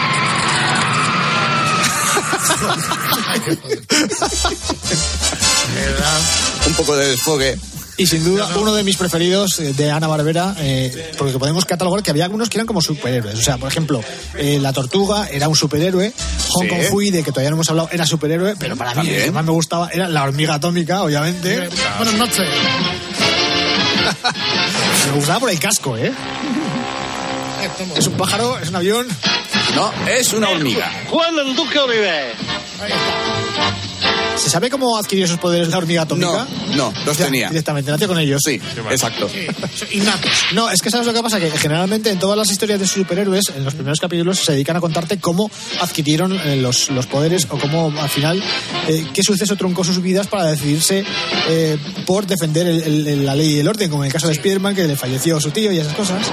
S15: Un poco de desfogue.
S13: Y sin duda, uno de mis preferidos eh, de Ana Barbera, eh, porque podemos catalogar que había algunos que eran como superhéroes. O sea, por ejemplo, eh, La Tortuga era un superhéroe, Hong
S15: Sí.
S13: Kong Fui, de que todavía no hemos hablado, era superhéroe, pero para mí el
S15: También.
S13: que más me gustaba era La Hormiga Atómica, obviamente. Buenas noches. me gustaba por el casco, ¿eh? Es un pájaro, es un avión.
S15: No, es una hormiga.
S13: Juan el Duque Oliver. ¿Se sabe cómo adquirió esos poderes la hormiga atómica?
S15: No, los tenía.
S13: Directamente, nació con ellos.
S15: Sí, exacto.
S13: No, es que sabes lo que pasa, que generalmente en todas las historias de superhéroes, en los primeros capítulos se dedican a contarte cómo adquirieron eh, los, los poderes o cómo al final, eh, qué suceso truncó sus vidas para decidirse eh, por defender el- el- el- la ley y el orden, como en el caso de Spiderman, que le falleció su tío y esas cosas.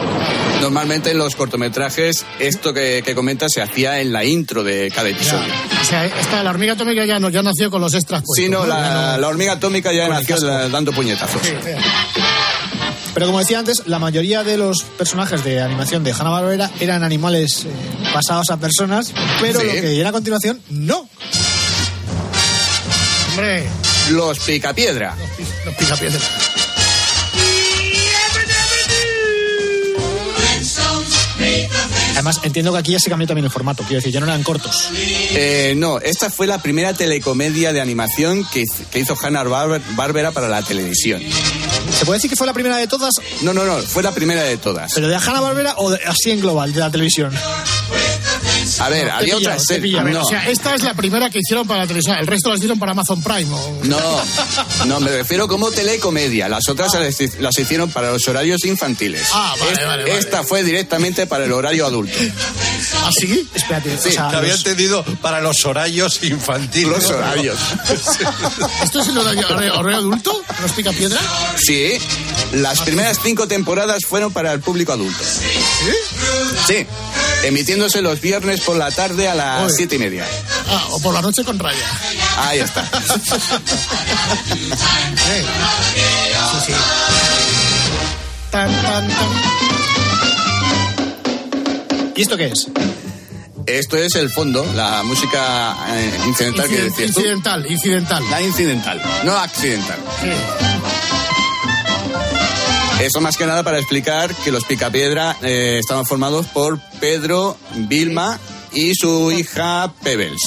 S15: Normalmente en los cortometrajes esto que, que comentas se hacía en la intro de cada episodio.
S11: O sea, esta, la hormiga atómica ya, no, ya nació con los extras. puestos,
S15: Sí, no, la, la hormiga atómica ya nació la- dando puñetazos.
S13: Pero como decía antes, la mayoría de los personajes de animación de Hanna-Barbera eran animales eh, pasados a personas, pero
S15: Sí.
S13: lo que viene a continuación, no.
S11: Hombre,
S15: Los picapiedra.
S11: los picapiedra.
S13: Además, entiendo que aquí ya se cambió también el formato, quiero decir, ya no eran cortos.
S15: Eh, no, esta fue la primera telecomedia de animación que, hiz- que hizo Hanna Barber- Barbera para la televisión.
S13: ¿Se puede decir que fue la primera de todas?
S15: No, no, no, fue la primera de todas.
S13: ¿Pero de Hanna-Barbera o de- así en global, de la televisión?
S15: A ver,
S11: Te he
S15: había
S11: pillado,
S15: otras
S11: te he
S15: series.
S11: pillado. A ver,
S15: No,
S11: O sea, esta es la primera que hicieron para la televisión. El resto las hicieron para Amazon Prime. O...
S15: no, no, me refiero como telecomedia. Las otras las, hic- las hicieron para los horarios infantiles.
S11: Ah, vale,
S15: Es-
S11: vale, vale.
S15: Esta fue directamente para el horario adulto. Ah,
S11: ¿Así? Espérate,
S20: Sí, te había entendido para los horarios infantiles.
S15: Los
S20: [LAUGHS]
S15: horarios.
S11: [LAUGHS] ¿Esto es el horario, horario- horario adulto? ¿Los pica piedra?
S15: Sí, las primeras cinco temporadas fueron para el público adulto. Sí, emitiéndose los viernes por la tarde a las siete y media.
S11: Ah, o por la noche con raya.
S15: Ahí está.
S11: Tan, tan, tan.
S13: ¿Y esto qué es?
S15: Esto es el fondo, la música eh, incidental que
S11: Inciden-
S15: decías tú.
S11: incidental, incidental.
S15: La incidental, no accidental. Eso más que nada para explicar que los Picapiedra eh, estaban formados por Pedro, Vilma y su hija Pebbles.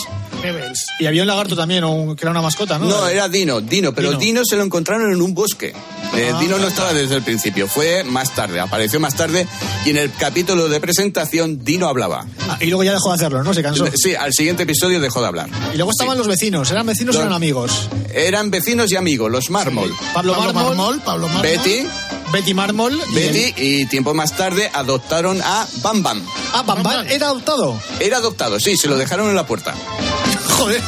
S13: Y había un lagarto también, o un- que era una mascota, Ah, ¿no?
S15: No, era Dino, Dino, pero
S13: Dino.
S15: Dino, se lo encontraron en un bosque. Eh,
S13: Ah.
S15: Dino no estaba desde el principio, fue más tarde, apareció más tarde y en el capítulo de presentación Dino hablaba.
S13: Ah, y luego ya dejó de hacerlo, ¿no? Se cansó.
S15: Sí, al siguiente episodio dejó de hablar.
S13: Y luego estaban los vecinos, ¿eran vecinos o
S15: Los-
S13: eran amigos?
S15: Eran vecinos y amigos, los mármol.
S13: Pablo, Mármol,
S11: Pablo Mármol,
S15: Betty,
S13: Betty Mármol. y
S15: Betty
S13: el-
S15: y tiempo más tarde adoptaron a Bam Bam.
S13: Ah, Bam Bam era adoptado.
S15: Era adoptado, sí, se lo dejaron en la puerta.
S13: Joder.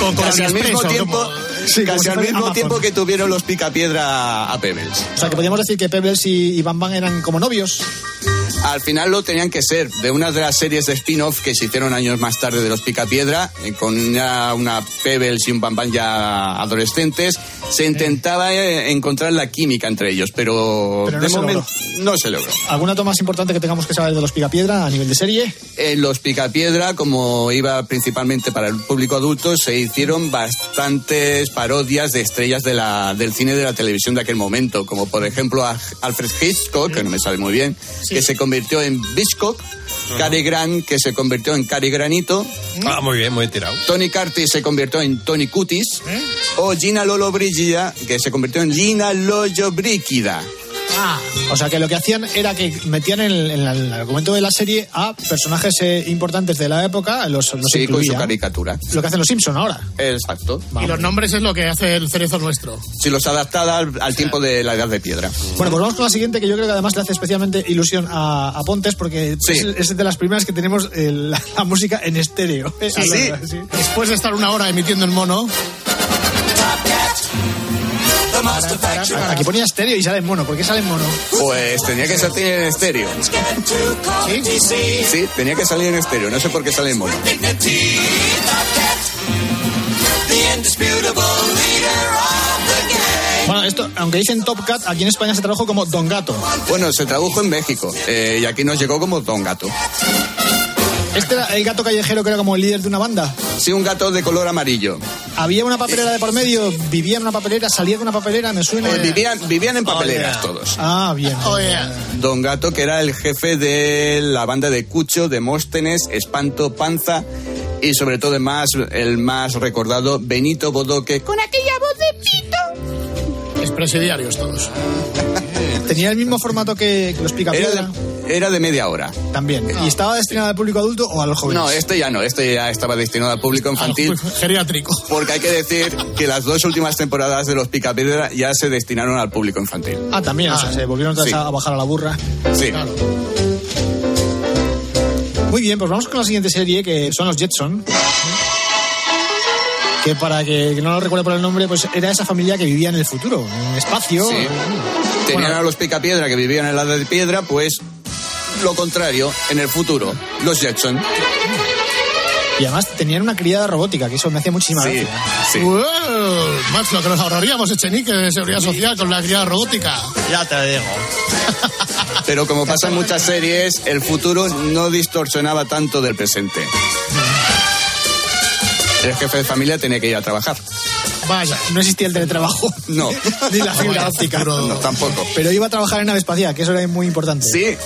S13: Con- con
S15: casi
S13: las
S15: al mismo
S13: presas,
S15: tiempo,
S13: como- Sí,
S15: casi
S13: como si
S15: al
S13: fuera
S15: mismo
S13: Amazon.
S15: tiempo que tuvieron los picapiedra a Pebbles.
S13: O sea, que podríamos decir que Pebbles y, y Bam Bam eran como novios.
S15: Al final lo tenían que ser de una de las series de spin-off que se hicieron años más tarde de los Picapiedra, eh, con ya una Pebbles y un Bam Bam ya adolescentes. Se intentaba eh, encontrar la química entre ellos, pero,
S13: Pero no
S15: de
S13: se
S15: momento no se logró.
S13: ¿Alguna toma más importante que tengamos que saber de los Picapiedra a nivel de serie?
S15: En Eh, los Picapiedra, como iba principalmente para el público adulto, se hicieron bastantes parodias de estrellas de la- del cine y de la televisión de aquel momento, como por ejemplo a Alfred Hitchcock, que no me sale muy bien, que se convirtió en Biscock, Cary Grant, que se convirtió en Cary Granito,
S20: Ah, muy bien, muy tirado.
S15: Tony Curtis se convirtió en Tony
S13: ¿Eh?
S15: Cutis, o Gina Lolo Brigida, que se convirtió en Gina Lollo Brígida.
S11: Ah.
S13: O sea que lo que hacían era que metían en el, en la- en el argumento de la serie a personajes eh, importantes de la época, los, los
S15: Sí, con su
S13: incluían.
S15: caricatura.
S13: Lo que hacen los Simpson ahora.
S15: Exacto.
S11: Y los nombres es lo que hace el cerezo nuestro.
S15: Si los adaptada al, al tiempo de la edad de piedra.
S13: Bueno, pues vamos con la siguiente que yo creo que además le hace especialmente ilusión a, a Pontes porque es, es de las primeras que tenemos eh, la, la música en estéreo. [LAUGHS]
S11: Sí, sí. Después de estar una hora emitiendo el mono.
S13: Aquí ponía estéreo y sale en mono. ¿Por qué sale en mono?
S15: Pues tenía que salir en estéreo.
S13: ¿Sí?
S15: Sí, tenía que salir en estéreo. No sé por qué sale en mono.
S13: Bueno, esto, aunque dicen Top Cat, aquí en España se tradujo como Don Gato.
S15: Bueno, se tradujo en México eh, y aquí nos llegó como Don Gato.
S13: Este era el gato callejero que era como el líder de una banda.
S15: Sí, un gato de color amarillo.
S13: Había una papelera de por medio, vivía en una papelera, salía de una papelera, me suena.
S15: Eh, vivían, vivían en papeleras
S13: Oh, yeah.
S15: todos.
S13: Ah, bien.
S11: eh,
S15: Don Gato, que era el jefe de la banda de Cucho, Demóstenes, Espanto, Panza y sobre todo el más, el más recordado, Benito Bodoque.
S17: Con aquella voz de pito.
S11: Es presidiarios todos.
S13: Tenía el mismo formato que, que los Picapiedra.
S15: Era de media hora.
S13: También. ¿Y estaba destinado al público adulto o a los jóvenes?
S15: No, este ya no, este ya estaba destinado al
S13: Ah,
S15: público infantil.
S13: pues,
S11: Geriátrico.
S15: Porque hay que decir que las dos últimas temporadas de los Picapiedra ya se destinaron al público infantil.
S13: Ah, también, o sea, se volvieron otra vez
S15: Sí.
S13: a bajar a la burra.
S15: Sí.
S13: Muy bien, pues vamos con la siguiente serie, que son los Jetson. Que para que, que no lo recuerde por el nombre, pues era esa familia que vivía en el futuro, en el espacio.
S15: Sí. Tenían a los Picapiedra que vivían en la edad de piedra, pues lo contrario, en el futuro, los Jackson.
S13: Y además tenían una criada robótica, que eso me hacía muchísima
S15: Sí,
S13: gracia.
S11: Wow, Max, lo que nos ahorraríamos, Echenique, este de seguridad social con la cría robótica.
S13: Ya te digo.
S15: Pero como pasa en muchas series, el futuro no distorsionaba tanto del presente. El jefe de familia tenía que ir a trabajar.
S13: Vaya, no existía el teletrabajo.
S15: No.
S13: Ni la fibra óptica.
S15: No, tampoco.
S13: Pero iba a trabajar en nave espacial, que eso era muy importante.
S15: Sí.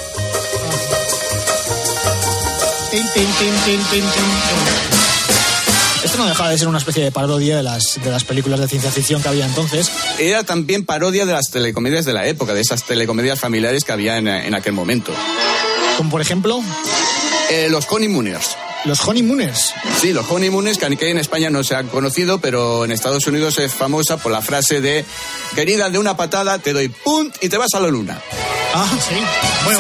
S13: Esto no dejaba de ser una especie de parodia de las, de las películas de ciencia ficción que había entonces.
S15: Era también parodia de las telecomedias de la época, de esas telecomedias familiares que había en, en aquel momento.
S13: Como por ejemplo.
S15: Eh, los Honeymooners.
S13: Los Honeymooners.
S15: Sí, los Honeymooners, que aquí en España no se han conocido, pero en Estados Unidos es famosa por la frase de querida, de una patada te doy punt y te vas a la luna.
S13: Ah, sí. Muy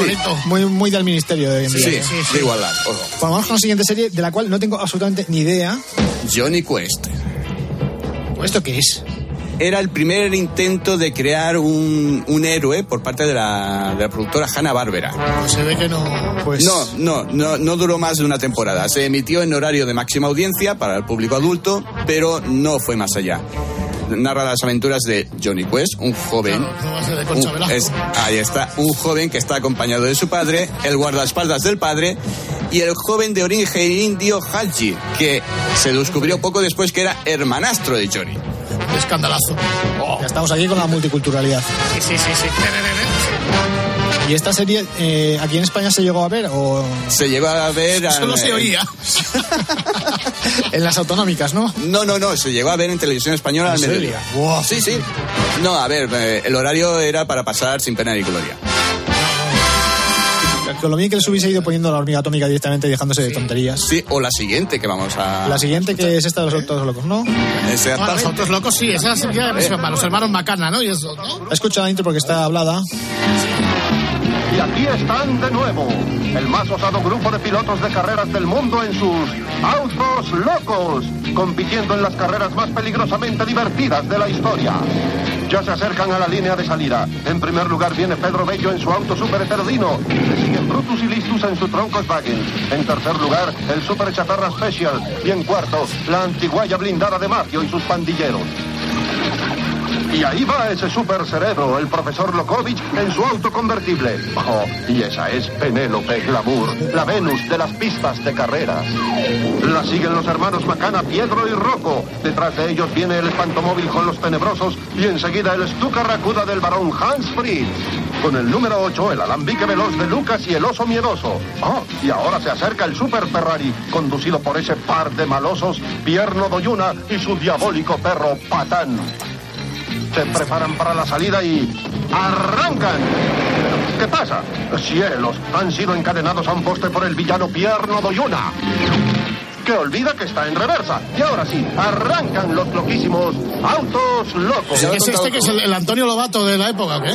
S13: bonito. Muy, del ministerio de hoy en
S15: Sí,
S13: día.
S15: sí, de igualdad. ojo.
S13: Bueno, vamos con la siguiente serie, de la cual no tengo absolutamente ni idea.
S15: Johnny Quest.
S13: ¿Esto qué es?
S15: Era el primer intento de crear un, un héroe por parte de la, de la productora Hanna-Barbera.
S11: Pues se ve que no. Pues.
S15: No,
S13: eh,
S15: no, no, no duró más de una temporada. Se emitió en horario de máxima audiencia para el público adulto, pero no fue más allá. Narra las aventuras de Johnny Quest, un joven.
S11: No va a ser de Concha
S15: un-
S11: Velasco.
S15: Uh, es- ahí está, un joven que está acompañado de su padre, el guardaespaldas del padre, y el joven de origen indio Haji, que se descubrió poco después que era hermanastro de Johnny.
S11: Escandalazo.
S13: Ya estamos aquí con la multiculturalidad.
S11: Sí, sí, sí, sí.
S13: ¿Y esta serie eh, aquí en España se llegó a ver o
S15: Se llegó a ver. a-
S13: Solo se oía. en las autonómicas, no?
S15: No, no, no, se llegó a ver en televisión española
S13: ¿En
S15: al
S13: serio?
S15: mediodía. Sí, sí. No, a ver, eh, el horario era para pasar sin pena ni gloria.
S13: Con lo bien que les hubiese ido poniendo la hormiga atómica directamente y dejándose de tonterías.
S15: Sí, o la siguiente que vamos a.
S13: La siguiente que es esta de los autos locos, ¿no?
S11: No, los
S15: Exactamente.
S11: otros locos sí, esas ya pues, para los hermanos Macana, ¿no? Y eso, ¿no?
S13: Eh. Escucha la intro porque está hablada.
S21: Y aquí están de nuevo, el más osado grupo de pilotos de carreras del mundo en sus autos locos, compitiendo en las carreras más peligrosamente divertidas de la historia. Ya se acercan a la línea de salida. En primer lugar viene Pedro Bello en su auto Super Eterdino. Le siguen Brutus y Listus en su tronco Volkswagen. En tercer lugar, el Super Chatarra Special. Y en cuarto, la antiguaya blindada de Mario y sus pandilleros. Y ahí va ese super cerebro, el profesor Lokovic, en su auto convertible. Oh, y esa es Penélope Glamour, la Venus de las pistas de carreras. La siguen los hermanos Macana, Piedro y Rocco. Detrás de ellos viene el espantomóvil con los tenebrosos y enseguida el estuca racuda del barón Hans Fritz. Con el número 8, el alambique veloz de Lucas y el oso miedoso. Oh, y ahora se acerca el super Ferrari, conducido por ese par de malosos, Pierno Doyuna y su diabólico perro Patán. Se preparan para la salida y
S22: ¡Arrancan! ¿Qué pasa? Cielos, han sido encadenados a un poste por el villano Pierno Doyuna. Que olvida que está en reversa. Y ahora sí, arrancan los loquísimos autos locos.
S11: ¿Es este que es el, el Antonio Lobato de la época, o qué?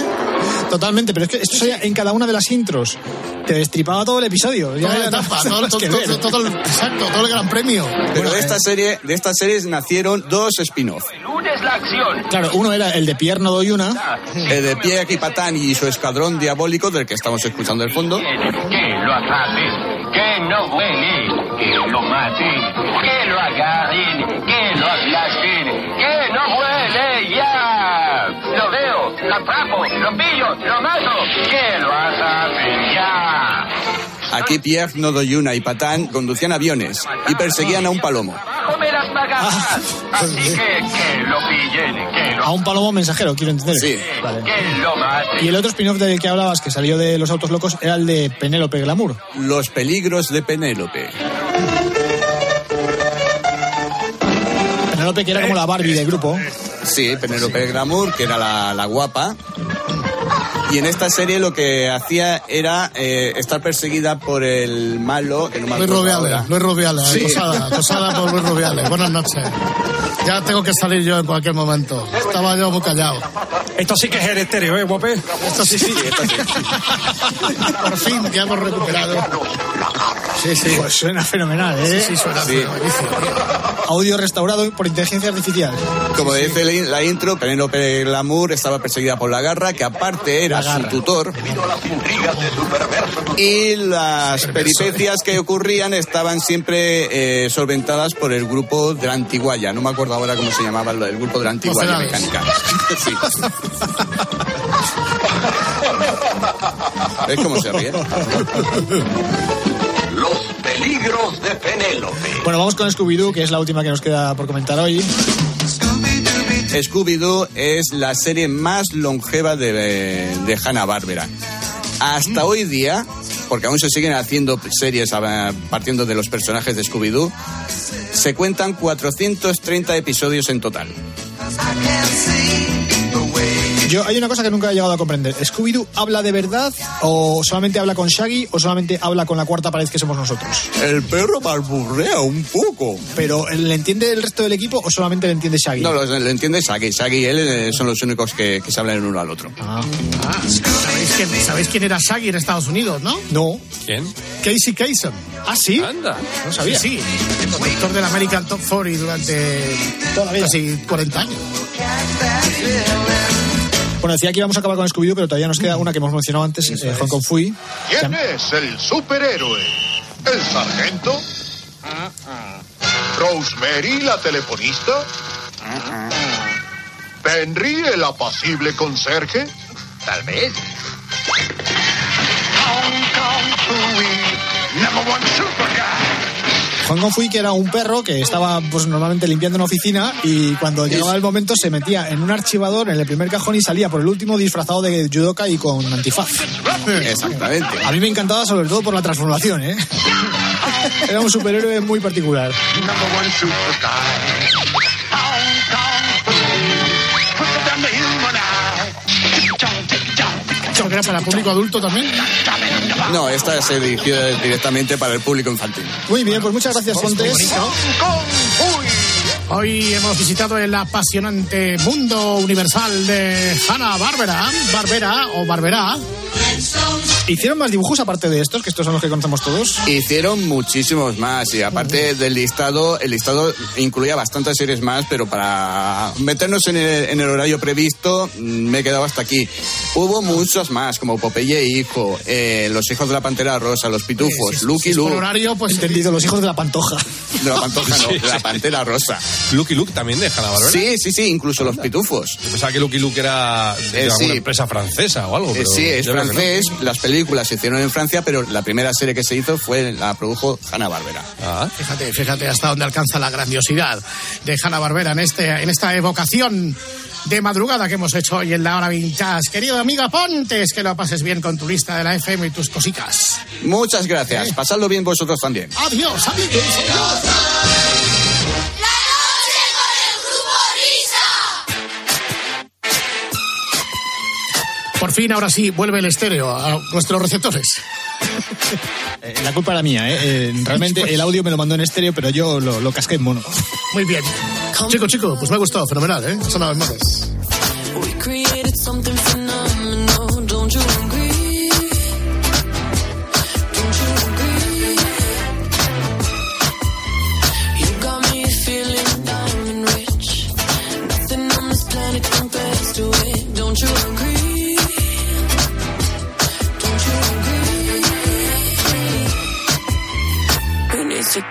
S13: Totalmente, pero es que esto sería en cada una de las intros. Te destripaba todo el episodio. Ya
S11: Toda la
S13: no
S11: etapa,
S13: [LAUGHS] pasa
S11: todo-
S13: más
S11: todo-
S13: que
S11: todo-
S13: ver.
S11: todo el- Exacto, todo el gran premio.
S15: Pero de
S13: eh.
S15: esta serie, de estas series nacieron dos spin-off.
S21: Lunes la acción.
S13: Claro, uno era el de Pierno Doyuna.
S15: El de Pierre Kipatán y su escuadrón diabólico, del que estamos escuchando el fondo.
S21: Que lo atrapen, que no huele, que lo maten, que lo agarren, que lo aplasten, que no huele ya. Ah, Lo veo, lo atrapo, lo pillo, lo mato, que lo atrapen ya.
S15: Aquí Pierre Nodoyuna y Patán conducían aviones y perseguían a un palomo.
S21: Abajo me las
S13: Ah.
S21: bagajas, así que que lo pillen, que
S13: A un palomo mensajero, quiero entender.
S15: Sí.
S13: Vale.
S21: que lo maten.
S13: Y el otro spin-off del que hablabas, que salió de Los Autos Locos, era el de Penélope Glamour.
S15: Los peligros de Penélope.
S13: Penélope que era como la Barbie del grupo.
S15: Sí, Penélope Glamour, que era la, la guapa. Y en esta serie lo que hacía era eh, estar perseguida por el malo, que no me
S11: Luis
S15: acuerdo ahora.
S11: Rubiales, Luis Rubiales,
S15: Sí.
S11: posada, posada por Luis Rubiales. Buenas noches. Ya tengo que salir yo en cualquier momento. Estaba yo muy callado.
S14: Esto sí que es heredero, ¿eh, guapé?
S11: Esto sí, sí,
S15: esto sí.
S11: Por fin ya hemos recuperado. Sí, sí.
S13: Pues suena fenomenal, ¿eh?
S11: Sí, sí, suena fenomenalísimo.
S13: Audio restaurado por inteligencia artificial.
S15: Como dice la- la intro, Penélope Glamour estaba perseguida por la garra, que aparte era su tutor. Y las peripecias que ocurrían estaban siempre eh, solventadas por el grupo de la Antiguaya. No me acuerdo ahora cómo se llamaba lo- el grupo de la Antiguaya
S11: Mocedades.
S15: Mecánica. Sí.
S13: [LAUGHS]
S15: ¿Ves cómo se ríe?
S5: Los [LAUGHS] peligros de Penélope.
S13: Bueno, vamos con Scooby-Doo, que es la última que nos queda por comentar hoy.
S15: Scooby-Doo es la serie más longeva de, de Hanna-Barbera. Hasta hoy día, porque aún se siguen haciendo series ah, partiendo de los personajes de Scooby-Doo, se cuentan 430 episodios en total.
S13: Yo, hay una cosa que nunca he llegado a comprender. ¿Scooby-Doo habla de verdad o solamente habla con Shaggy o solamente habla con la cuarta pared que somos nosotros?
S15: El perro balburrea un poco.
S13: ¿Pero le entiende el resto del equipo o solamente le entiende Shaggy?
S15: No, lo, lo entiendes, Sagi. Sagi y él eh, son los únicos que, que se hablan el uno al otro.
S11: Ah, ¿sabéis, quién, sabéis quién era Shaggy en Estados Unidos, no?
S13: No.
S14: ¿Quién?
S11: Casey Kasem. ¿Ah, sí? Anda,
S13: no sabía.
S11: Sí, sí. El conductor del American Top 40 durante casi 40 años.
S13: Bueno, decía que íbamos a acabar con Scooby-Doo, pero todavía nos queda una que hemos mencionado antes, eh, Hong Kong Fui.
S1: ¿Quién es el superhéroe? ¿El sargento? ¿Rosemary, la telefonista? ¿Henry, el apacible conserje? Tal vez.
S13: Hong Kong Fui, que era un perro que estaba pues normalmente limpiando una oficina y cuando llegaba el momento se metía en un archivador en el primer cajón y salía por el último disfrazado de judoka y con antifaz.
S15: Exactamente.
S13: A mí me encantaba sobre todo por la transformación, ¿eh? [LAUGHS] Era un superhéroe muy particular.
S11: Esto que era para público adulto también.
S15: No, esta se dirigió directamente para el público infantil.
S13: Muy bien, pues muchas gracias, Fontes.
S11: Hoy hemos visitado el apasionante mundo universal de Hanna Barbera, Barbera o Barberá.
S13: ¿Hicieron más dibujos aparte de estos, que estos son los que conocemos todos?
S15: Hicieron muchísimos más y aparte del listado, el listado incluía bastantes series más, pero para meternos en el, en el horario previsto mm, me he quedado hasta aquí. Hubo muchos más, como Popeye e Hijo, eh, Los Hijos de la Pantera Rosa, Los Pitufos, Lucky
S11: Por
S15: Luke,
S11: horario, pues
S13: Entendido, los hijos de la pantoja.
S15: de la Pantoja
S20: [LAUGHS]
S15: no, de la Pantera Rosa.
S20: Lucky Luke también deja la Barbera.
S15: Sí, sí, sí, incluso Los Pitufos.
S20: Yo pensaba que Lucky Luke era
S15: Eh,
S20: de alguna
S15: sí.
S20: empresa francesa o algo.
S15: Eh,
S20: pero
S15: sí, es
S20: yo creo que no.
S15: francés, las películas se hicieron en Francia, pero la primera serie que se hizo fue, la produjo Hanna-Barbera.
S20: Ah.
S11: Fíjate, fíjate hasta dónde alcanza la grandiosidad de Hanna Barbera en, este, en esta evocación de madrugada que hemos hecho hoy en la hora vintage. Querido amiga Pontes, que lo pases bien con tu lista de la FM y tus cositas.
S15: Muchas gracias, pasadlo bien vosotros también.
S11: Adiós, amigos. Adiós. fin, ahora sí, vuelve el estéreo a nuestros receptores.
S13: Eh, La culpa era mía, ¿eh? Eh, Realmente el audio me lo mandó en estéreo, pero yo lo, lo casqué en mono.
S11: Muy bien. Chico, chico, pues me ha gustado, fenomenal, ¿eh? Son las manos.
S26: We created something phenomenal. Don't you agree? Don't you agree? You got me feeling diamond rich. Nothing on this planet compares to it. Don't you agree? Don't you agree? Who needs to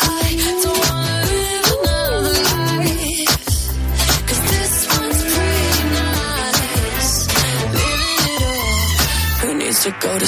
S26: I don't wanna live another life. 'Cause this one's pretty nice. Living it all. Who needs to go to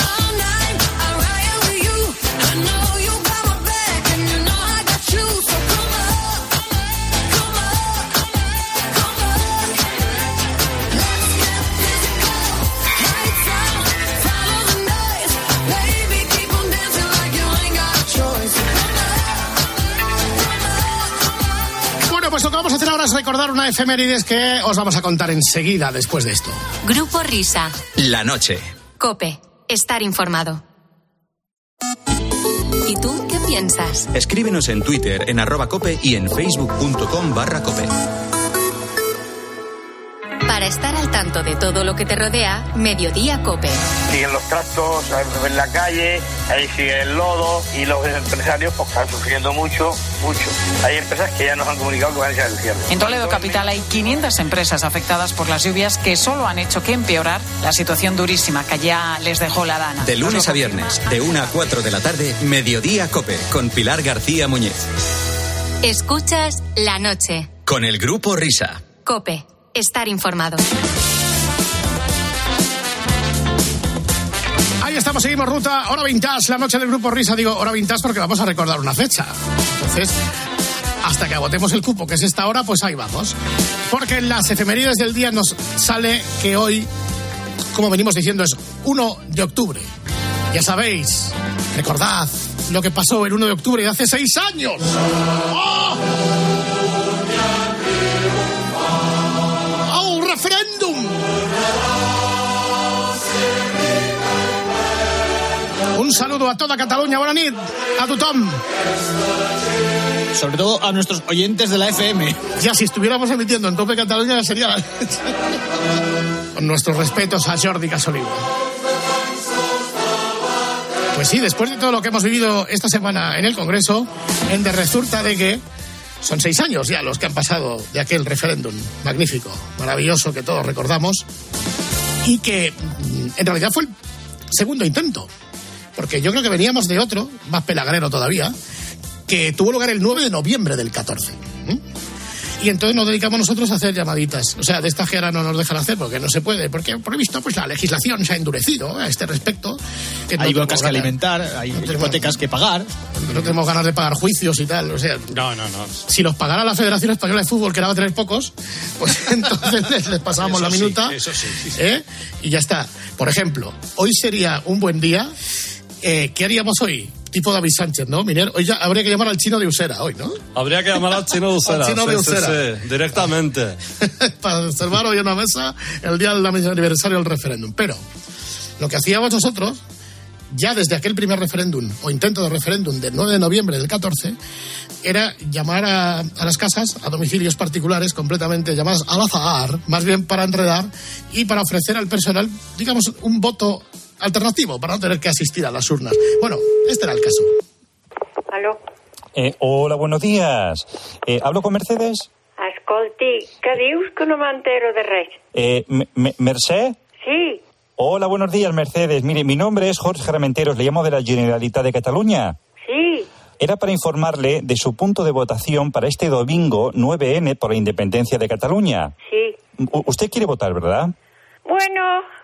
S26: All night I'm riding with you. I know you got my back, and you know I got you. So come on.
S11: Bueno, pues lo que vamos a hacer ahora es recordar una efemérides que os vamos a contar enseguida después de esto.
S10: Grupo Risa.
S11: La noche.
S10: Cope. Estar informado. ¿Y tú qué piensas?
S15: Escríbenos en Twitter, en arroba cope y en facebook.com barra cope.
S10: Para estar al tanto de todo lo que te rodea, Mediodía Cope.
S16: siguen los tractos en la calle, ahí sigue el lodo y los empresarios pues, están sufriendo mucho, mucho. Hay empresas que ya nos han comunicado con ansias del cierre.
S27: En Toledo Capital hay 500 empresas afectadas por las lluvias que solo han hecho que empeorar la situación durísima que ya les dejó la dana.
S15: De lunes a viernes, de 1 a 4 de la tarde, mediodía cope, con Pilar García Muñez.
S10: Escuchas la noche.
S15: Con el grupo Risa.
S10: Cope. Estar informado.
S11: Ahí estamos, seguimos ruta, hora vintage, la noche del grupo Risa. Digo hora vintage porque vamos a recordar una fecha. Entonces, hasta que agotemos el cupo, que es esta hora, pues ahí vamos. Porque en las efemérides del día nos sale que hoy, como venimos diciendo, es 1 de octubre. Ya sabéis, recordad lo que pasó el 1 de octubre de hace seis años. ¡Oh! ¡Oh, un referéndum! Un saludo a toda Cataluña. Bona nit. A tothom.
S13: Sobre todo a nuestros oyentes de la FM.
S11: Ya, si estuviéramos emitiendo en Tope Cataluña, ya sería la leche. Con nuestros respetos a Jordi Casolino. Pues sí, después de todo lo que hemos vivido esta semana en el Congreso, en de resulta de que son seis años ya los que han pasado de aquel referéndum magnífico, maravilloso que todos recordamos, y que mm, en realidad fue el segundo intento, porque yo creo que veníamos de otro, más pelagrero todavía, que tuvo lugar el 9 de noviembre del 14. ¿m? Y entonces nos dedicamos nosotros a hacer llamaditas. O sea, de esta que ahora no nos dejan hacer porque no se puede. Porque, por lo visto, pues la legislación se ha endurecido a este respecto. que no
S13: hay
S11: tengo
S13: broncas que
S11: ganas-
S13: alimentar, hay hipotecas que pagar.
S11: No tenemos ganas de pagar juicios y tal. O sea,
S13: No, no, no.
S11: si los pagara la Federación Española de Fútbol, que la va a tener pocos,
S28: [LAUGHS]
S11: pues entonces les, les pasábamos
S28: Eso
S11: la
S28: sí,
S11: minuta.
S28: eso sí, sí, sí.
S11: ¿eh? Y ya está. Por ejemplo, hoy sería un buen día. eh, ¿Qué haríamos hoy? Tipo David Sánchez, ¿no? Miner, hoy ya habría que llamar al chino de Usera, hoy, ¿no?
S14: Habría que llamar al chino de Usera.
S11: Al chino
S14: sí,
S11: de
S14: sí,
S11: Usera.
S14: sí, directamente.
S11: [LAUGHS] Para observar hoy en la mesa el día del aniversario del referéndum. Pero lo que hacíamos nosotros, ya desde aquel primer referéndum o intento de referéndum del 9 de noviembre del 14, era llamar a, a las casas, a domicilios particulares completamente, llamadas al azar, más bien para enredar y para ofrecer al personal, digamos, un voto alternativo para no tener que asistir a las urnas. Bueno, este era el caso.
S12: Aló,
S29: Eh, hola, buenos días. Eh, ¿Hablo con Mercedes?
S12: ascolti, que dius que no m'entero de res?
S29: Eh, M- M- ¿Merced?
S12: Sí,
S29: Hola, buenos días, Mercedes. Mire, mi nombre es Jorge Armenteros, le llamo de la Generalitat de Cataluña.
S12: Sí.
S29: Era para informarle de su punto de votación para este domingo 9N por la independencia de Cataluña.
S12: Sí.
S29: U- usted quiere votar, ¿verdad?
S12: Bueno,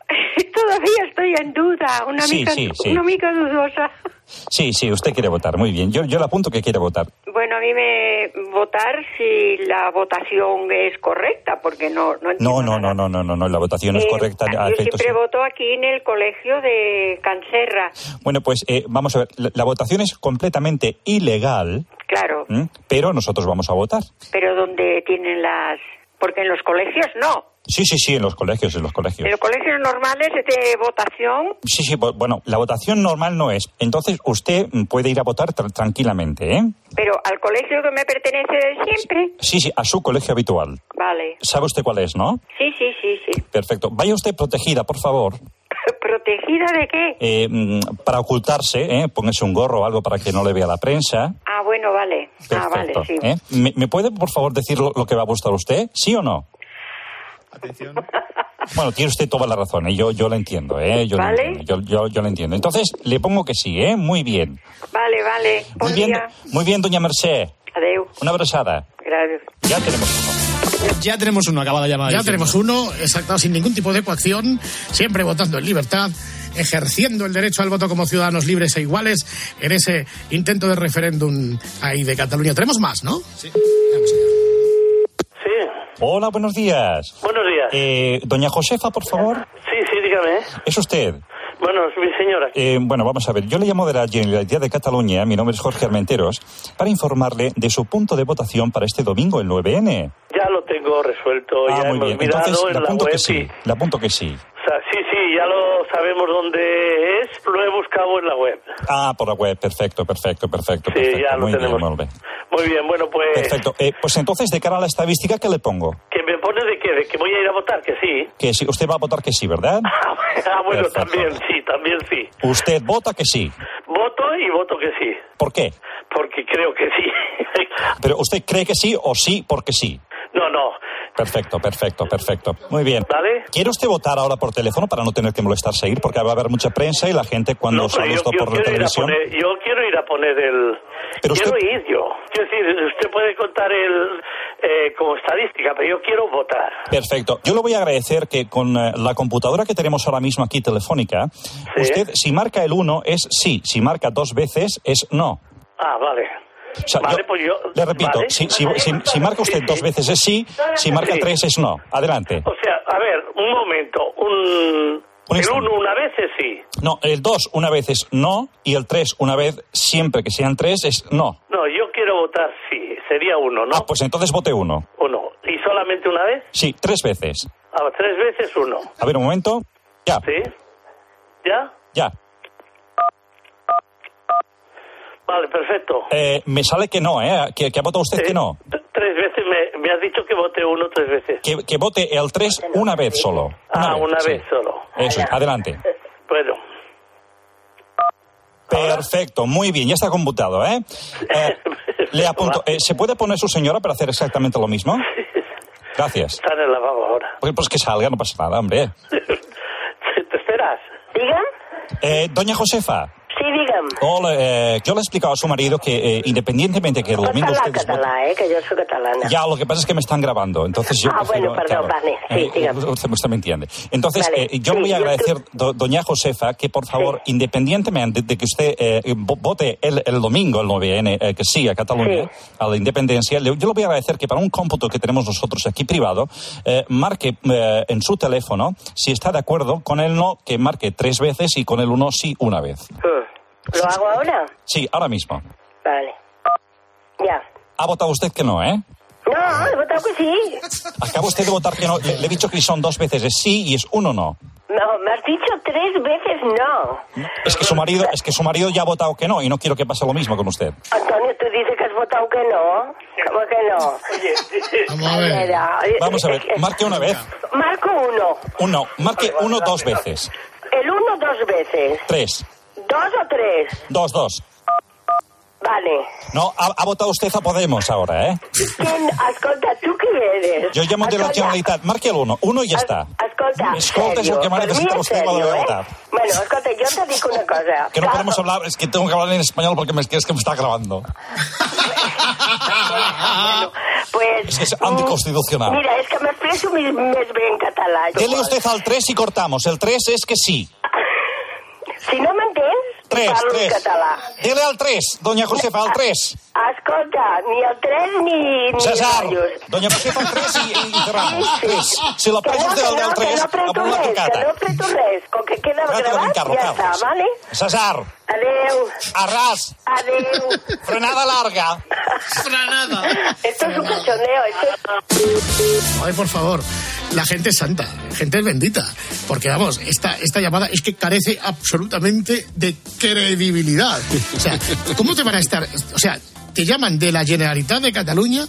S12: [LAUGHS] todavía estoy en duda, una,
S29: Sí,
S12: mica,
S29: sí, sí.
S12: una mica dudosa.
S29: Sí, sí, usted quiere votar. Muy bien. Yo, yo le apunto que quiere votar.
S12: Bueno, a mí me votar si la votación es correcta, porque no, no entiendo.
S29: No, no, no, no, no, no, no. La votación es
S12: Eh,
S29: correcta. a
S12: Yo
S29: efectos-
S12: siempre voto aquí en el colegio de Cancerra.
S29: Bueno, pues eh, vamos a ver. La, la votación es completamente ilegal,
S12: Claro,
S29: ¿m? pero nosotros vamos a votar.
S12: pero donde tienen las... Porque en los colegios no.
S29: Sí, sí, sí, en los colegios, en los colegios.
S12: En los colegios normales es de votación.
S29: Sí, sí, bu- bueno, la votación normal no es. Entonces usted mm, puede ir a votar tra- tranquilamente, ¿eh?
S12: Pero al colegio que me pertenece de siempre.
S29: Sí, sí, a su colegio habitual.
S12: Vale.
S29: ¿Sabe usted cuál es, no?
S12: Sí, sí, sí, sí.
S29: Perfecto. Vaya usted protegida, por favor,
S12: ¿Protegida de qué?
S29: eh, mm, para ocultarse, ¿eh? Póngase un gorro o algo para que no le vea la prensa.
S12: Ah, bueno, vale. ah, vale,
S29: Perfecto,
S12: sí.
S29: ¿eh? ¿Me, me puede, por favor, decir lo, lo que va a votar usted? ¿Sí o no? Bueno, tiene usted toda la razón, ¿eh? yo, yo la entiendo, ¿eh? yo, la
S12: ¿Vale?
S29: entiendo, yo, yo- yo la entiendo. Entonces, le pongo que sí, ¿eh? Muy bien.
S12: Vale, vale.
S29: Muy
S12: Buen
S29: bien,
S12: día.
S29: muy bien, doña Merced.
S12: Adeu.
S29: Una abrazada.
S12: Gracias.
S29: Ya tenemos
S11: Ya tenemos uno, acaba la llamada. Ya
S29: diciendo.
S11: tenemos uno, exacto, sin ningún tipo de coacción, siempre votando en libertad, ejerciendo el derecho al voto como ciudadanos libres e iguales en ese intento de referéndum ahí de Cataluña. Tenemos más, ¿no? Sí.
S29: Hola, buenos días.
S16: Buenos días.
S29: Eh, doña Josefa, por favor.
S16: Sí, sí, dígame.
S29: ¿Es usted?
S16: Bueno, es mi señora.
S29: Eh, bueno, vamos a ver. Yo le llamo de la Generalitat de Cataluña, mi nombre es Jorge Armenteros, para informarle de su punto de votación para este domingo, el 9N.
S16: Ya lo tengo resuelto.
S29: ah,
S16: ya
S29: muy
S16: hemos
S29: bien.
S16: mirado
S29: Entonces, le
S16: en la
S29: apunto
S16: web.
S29: que
S16: y-
S29: sí. Le apunto que sí.
S16: o sea, sí, sí, ya lo sabemos dónde es. Lo he buscado en la web.
S29: Ah, por la web. Perfecto, perfecto, perfecto.
S16: Sí,
S29: perfecto.
S16: ya lo
S29: muy bien,
S16: tenemos.
S29: muy bien.
S16: Muy bien, bueno, pues.
S29: Perfecto. Eh, pues entonces, de cara a la estadística, ¿qué le pongo?
S16: ¿Que me pone de qué? ¿De que voy a ir a votar? Que sí. [LAUGHS]
S29: Que sí. Usted va a votar que sí, ¿verdad?
S16: ah, bueno, también sí, también sí.
S29: Usted vota que sí.
S16: Voto y voto que sí.
S29: ¿Por qué?
S16: Porque creo que sí.
S29: Pero usted cree que sí o sí porque sí.
S16: no, no.
S29: Perfecto, perfecto, perfecto. Muy bien.
S16: ¿Vale?
S29: ¿Quiere usted votar ahora por teléfono para no tener que molestarse a ir? Porque va a haber mucha prensa y la gente cuando
S16: No, pero
S29: sale
S16: yo,
S29: esto
S16: yo
S29: por la
S16: quiero ir a
S29: televisión...
S16: poner, yo quiero ir a poner el... quiero ir yo. Quiero decir, usted puede contar el eh, como estadística, pero yo quiero votar.
S29: Perfecto. Yo le voy a agradecer que con eh, la computadora que tenemos ahora mismo aquí telefónica, usted si marca el 1 es sí, si marca dos veces es no.
S16: Ah, vale.
S29: O sea,
S16: vale,
S29: yo-
S16: pues yo...
S29: Le repito,
S16: vale.
S29: si, si- si- si marca usted dos veces es sí, si marca
S16: Sí.
S29: tres es no. Adelante.
S16: O sea, a ver, un momento. Un,
S29: Pues
S16: el uno una vez es sí.
S29: No, el 2 una vez es no y el 3 una vez, siempre que sean tres, es no.
S16: No, yo quiero votar sí. Sería uno, ¿no?
S29: Ah, pues entonces vote uno.
S16: Uno. ¿Y solamente una vez?
S29: Sí, tres veces.
S16: Ah, tres veces uno.
S29: A ver, un momento. Ya,
S16: ¿Sí? ¿Ya?
S29: ya.
S16: Vale, perfecto.
S29: Eh, me sale que no, ¿eh? Que, que ha votado usted que no.
S16: T- Tres veces me, me has dicho que vote uno tres veces.
S29: Que, que vote el 3 una vez solo.
S16: ah, una
S29: sí.
S16: vez solo.
S29: Eso, adelante.
S16: Bueno,
S29: Perfecto, muy bien, ya está computado, ¿eh? Eh, le apunto. eh, ¿Se puede poner su señora para hacer exactamente lo mismo? Gracias.
S16: está en el lavabo ahora.
S29: Pues, pues que salga, no pasa nada, hombre.
S16: [LAUGHS] ¿Te esperas?
S18: Digan.
S29: Eh, doña Josefa.
S18: Sí, digan.
S29: Hola, eh, yo le he explicado a su marido que eh, independientemente que el domingo
S18: Catalá,
S29: ustedes voten-
S18: catalá, eh, que yo soy catalana.
S29: Ya, lo que pasa es que me están grabando, entonces yo...
S18: Ah, bueno, perdón, vale, sí,
S29: eh, usted, usted me entiende. Entonces, eh, yo voy a agradecer, do- doña Josefa, que por favor, independientemente de que usted eh, vo- vote el, el domingo, el 9N, eh, que sí, a Cataluña, a la independencia, le- yo le voy a agradecer que para un cómputo que tenemos nosotros aquí privado, eh, marque eh, en su teléfono, si está de acuerdo, con el no, que marque tres veces y con el uno sí una vez.
S18: ¿Lo hago ahora?
S29: Sí, ahora mismo.
S18: Vale. Ya.
S29: Ha votado usted que no, ¿eh?
S18: No, he votado que
S29: [LAUGHS]
S18: sí.
S29: Acaba usted de votar que no. Le, le he dicho que son dos veces es sí y es uno no.
S18: No, me has dicho tres veces no.
S29: Es que su marido, es que su marido ya ha votado que no y no quiero que pase lo mismo con usted.
S18: Antonio, tú dices que has votado que no. ¿Cómo que no?
S29: Vamos a ver.
S18: Mira, eh,
S29: Vamos a ver, marque una vez.
S18: Marco uno.
S29: Uno, marque uno dos veces.
S18: El uno dos veces.
S29: Tres,
S18: ¿Dos o tres?
S29: dos, dos.
S18: Vale.
S29: No, ha, ha votado usted a Podemos ahora, ¿eh?
S18: ¿Quién, ascolta, tú qué eres?
S29: Yo llamo de la
S18: Ascolta,
S29: Generalitat. Marque el uno, uno y ya está.
S12: escolta,
S30: Escolta, és el
S12: Sergio,
S30: que m'ha
S12: per
S18: Pues
S12: mi
S30: necessita
S12: és
S30: vostè per
S12: Sergio,
S30: haver
S12: eh?
S30: votat.
S12: Bueno, escolta, yo te digo una cosa.
S30: Que no podemos hablar, es que tengo que hablar en español porque me, es que me está grabando.
S18: [LAUGHS]
S12: Pues,
S30: Es que es anticonstitucional.
S12: mira, es que me expreso mi- més bé en català.
S30: Dele usted al 3 y cortamos. El 3 es que sí.
S12: Si no m'entens,
S30: Tres,
S12: parlo
S30: tres.
S12: en català.
S30: Dele al 3, doña Josefa, al 3.
S12: Escolta, ni el 3 ni... ni
S30: César,
S12: rotllos.
S30: doña Josefa, al 3 y, y cerramos. Tres. Si la
S12: Que no,
S30: presa usted
S12: que
S30: al del
S12: no, que
S30: 3,
S12: no apreto
S30: a una
S12: res,
S30: tocata.
S12: Que no apreto res, com que queda
S30: Ahora te lo
S12: gravat,
S30: encargo,
S12: ja està,
S30: Carlos.
S12: vale?
S30: César,
S12: Adeu.
S30: Arras.
S12: Adeu.
S30: frenada larga.
S12: [LAUGHS] Frenada. Esto es un cachoneo, esto
S11: Ay, por favor. La gente es santa, gente es bendita. Porque vamos, esta, esta llamada es que carece absolutamente de credibilidad. O sea, ¿cómo te van a estar? O sea, te llaman de la Generalitat de Cataluña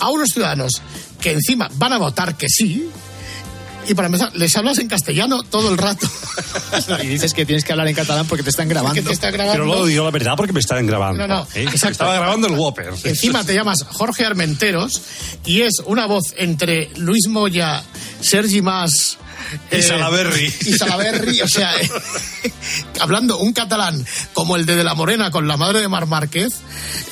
S11: a unos ciudadanos que encima van a votar que sí. Y para empezar, les hablas en castellano todo el rato.
S13: Y dices que tienes que hablar en catalán porque te están grabando.
S11: Porque te están grabando.
S14: Pero luego digo la verdad porque me estaban grabando.
S11: No, no,
S14: ¿eh?
S11: exacto.
S14: Estaba grabando el Whopper.
S11: Encima te llamas Jorge Armenteros y es una voz entre Luis Moya, Sergi Mas. eh,
S14: Y Salaberry.
S11: Y Salaberry, o sea, eh, hablando un catalán como el de De La Morena con la madre de Mar Márquez,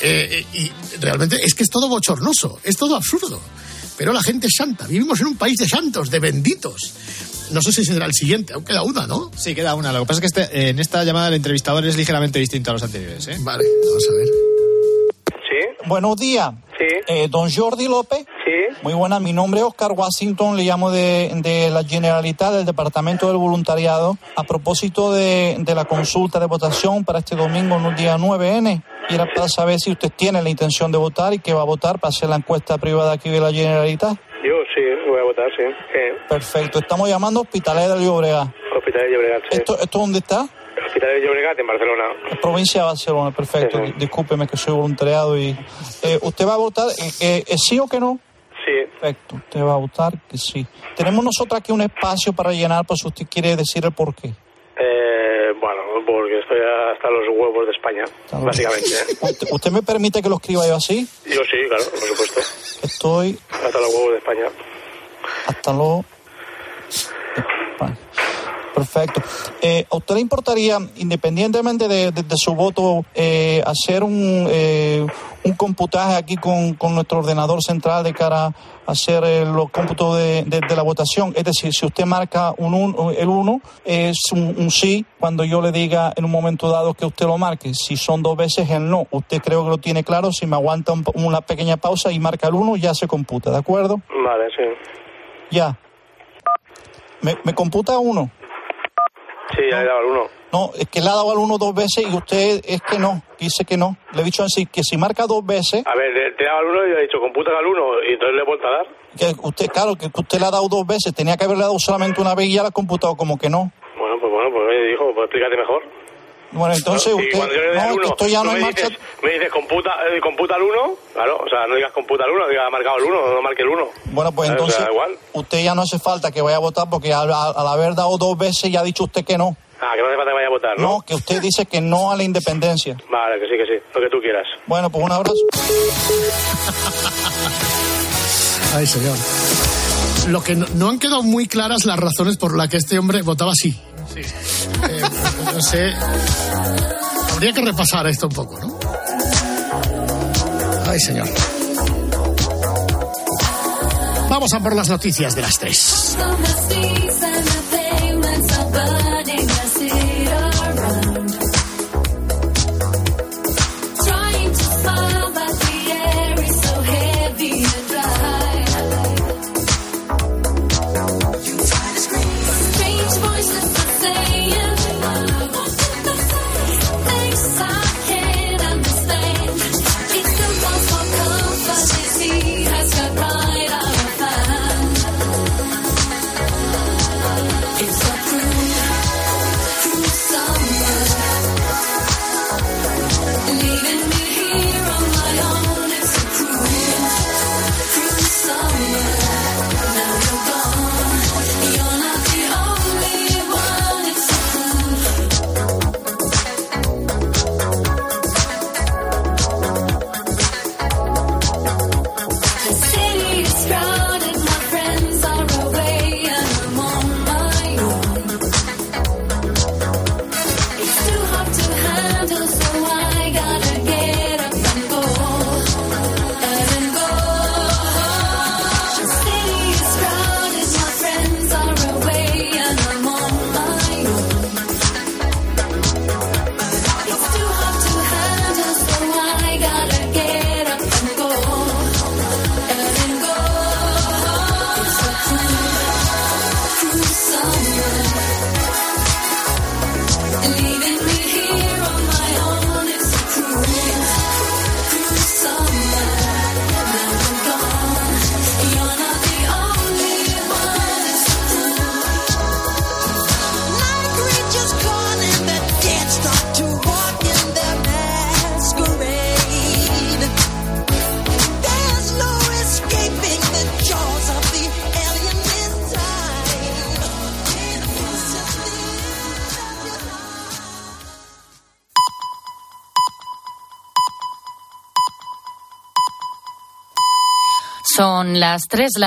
S11: eh, eh, y realmente es que es todo bochornoso, es todo absurdo. Pero la gente es santa, vivimos en un país de santos, de benditos. No sé si será el siguiente, aún queda una, ¿no?
S13: Sí, queda una. Lo que pasa es que este- en esta llamada el entrevistador es ligeramente distinto a los anteriores. ¿eh?
S11: Vale, vamos a ver.
S30: Buenos días. Sí. don Jordi López. Sí. Muy buena, mi nombre es Oscar Washington, le llamo de, de la Generalitat del Departamento del Voluntariado a propósito de, de la consulta de votación para este domingo en el día 9N. Y era para saber si usted tiene la intención de votar y que va a votar para hacer la encuesta privada aquí de la Generalitat.
S31: Yo sí, voy a votar, sí. Eh,
S30: Perfecto, estamos llamando a Hospitalet de Llobregat.
S31: Hospital de Llobregat, sí.
S30: ¿Esto, ¿Esto dónde está?
S31: Hospital de Llobregat en Barcelona.
S30: Provincia de Barcelona, perfecto. Discúlpeme que soy voluntariado y... eh, ¿Usted va a votar eh, eh, eh, sí o que no?
S31: Sí.
S30: Perfecto, usted va a votar que sí. Tenemos nosotros aquí un espacio para llenar, pues usted quiere decir el por qué.
S31: Eh, bueno, porque estoy hasta los huevos de España, básicamente. ¿eh?
S30: [LAUGHS] ¿Usted, usted me permite que lo escriba yo así?
S31: Yo sí, claro, por supuesto.
S30: Estoy
S31: Hasta los huevos de España.
S30: hasta lo... Bueno, Perfecto. Eh, ¿A usted le importaría, independientemente de, de- de su voto, eh, hacer un, eh, un computaje aquí con, con nuestro ordenador central de cara a hacer eh, los cómputos de, de- de la votación? Es decir, si usted marca un un- el 1, es un, un sí cuando yo le diga en un momento dado que usted lo marque. Si son dos veces, el no. Usted creo que lo tiene claro. Si me aguanta un- una pequeña pausa y marca el 1, ya se computa, ¿de acuerdo?
S31: Vale, sí.
S30: Ya. ¿Me, me computa uno?
S31: Sí, ya he dado al uno.
S30: No, es que le ha dado al uno dos veces y usted es que no, dice que no. Le he dicho así, que si marca dos veces,
S31: A ver, eh, te he dado al uno y he dicho, computa al uno, y entonces le he vuelto a dar.
S30: que usted, claro, que usted le ha dado dos veces, tenía que haberle dado solamente una vez y ya la ha computado como que no.
S31: Bueno, pues bueno, pues oye, hijo, pues explícate mejor.
S30: Bueno, entonces
S31: Y cuando yo le
S30: usted,
S31: doy
S30: no, que
S31: al uno,
S30: esto ya
S31: tú
S30: no
S31: me,
S30: hay marcha.
S31: dices, me dices, computa, eh, computa al uno, claro, o sea, no digas computa al uno, diga ha marcado el uno, no marque el uno.
S30: Bueno, pues
S31: ¿Sabes? O
S30: entonces
S31: sea, da igual.
S30: usted ya no hace falta que vaya a votar porque al, al haber dado dos veces ya ha dicho usted que no.
S31: Ah, que no hace falta que vaya a votar, ¿no?
S30: No, que usted dice que no a la independencia.
S31: Vale, que sí, que sí, lo que tú quieras.
S30: Bueno, pues un abrazo.
S11: Ay, señor. Lo que no, no han quedado muy claras las razones por las que este hombre votaba sí. Eh, no sé. Habría que repasar esto un poco, ¿no? Ay, señor. Vamos a por las noticias de las tres.
S17: Right out of hand. It's a proof.
S1: Son las tres. la-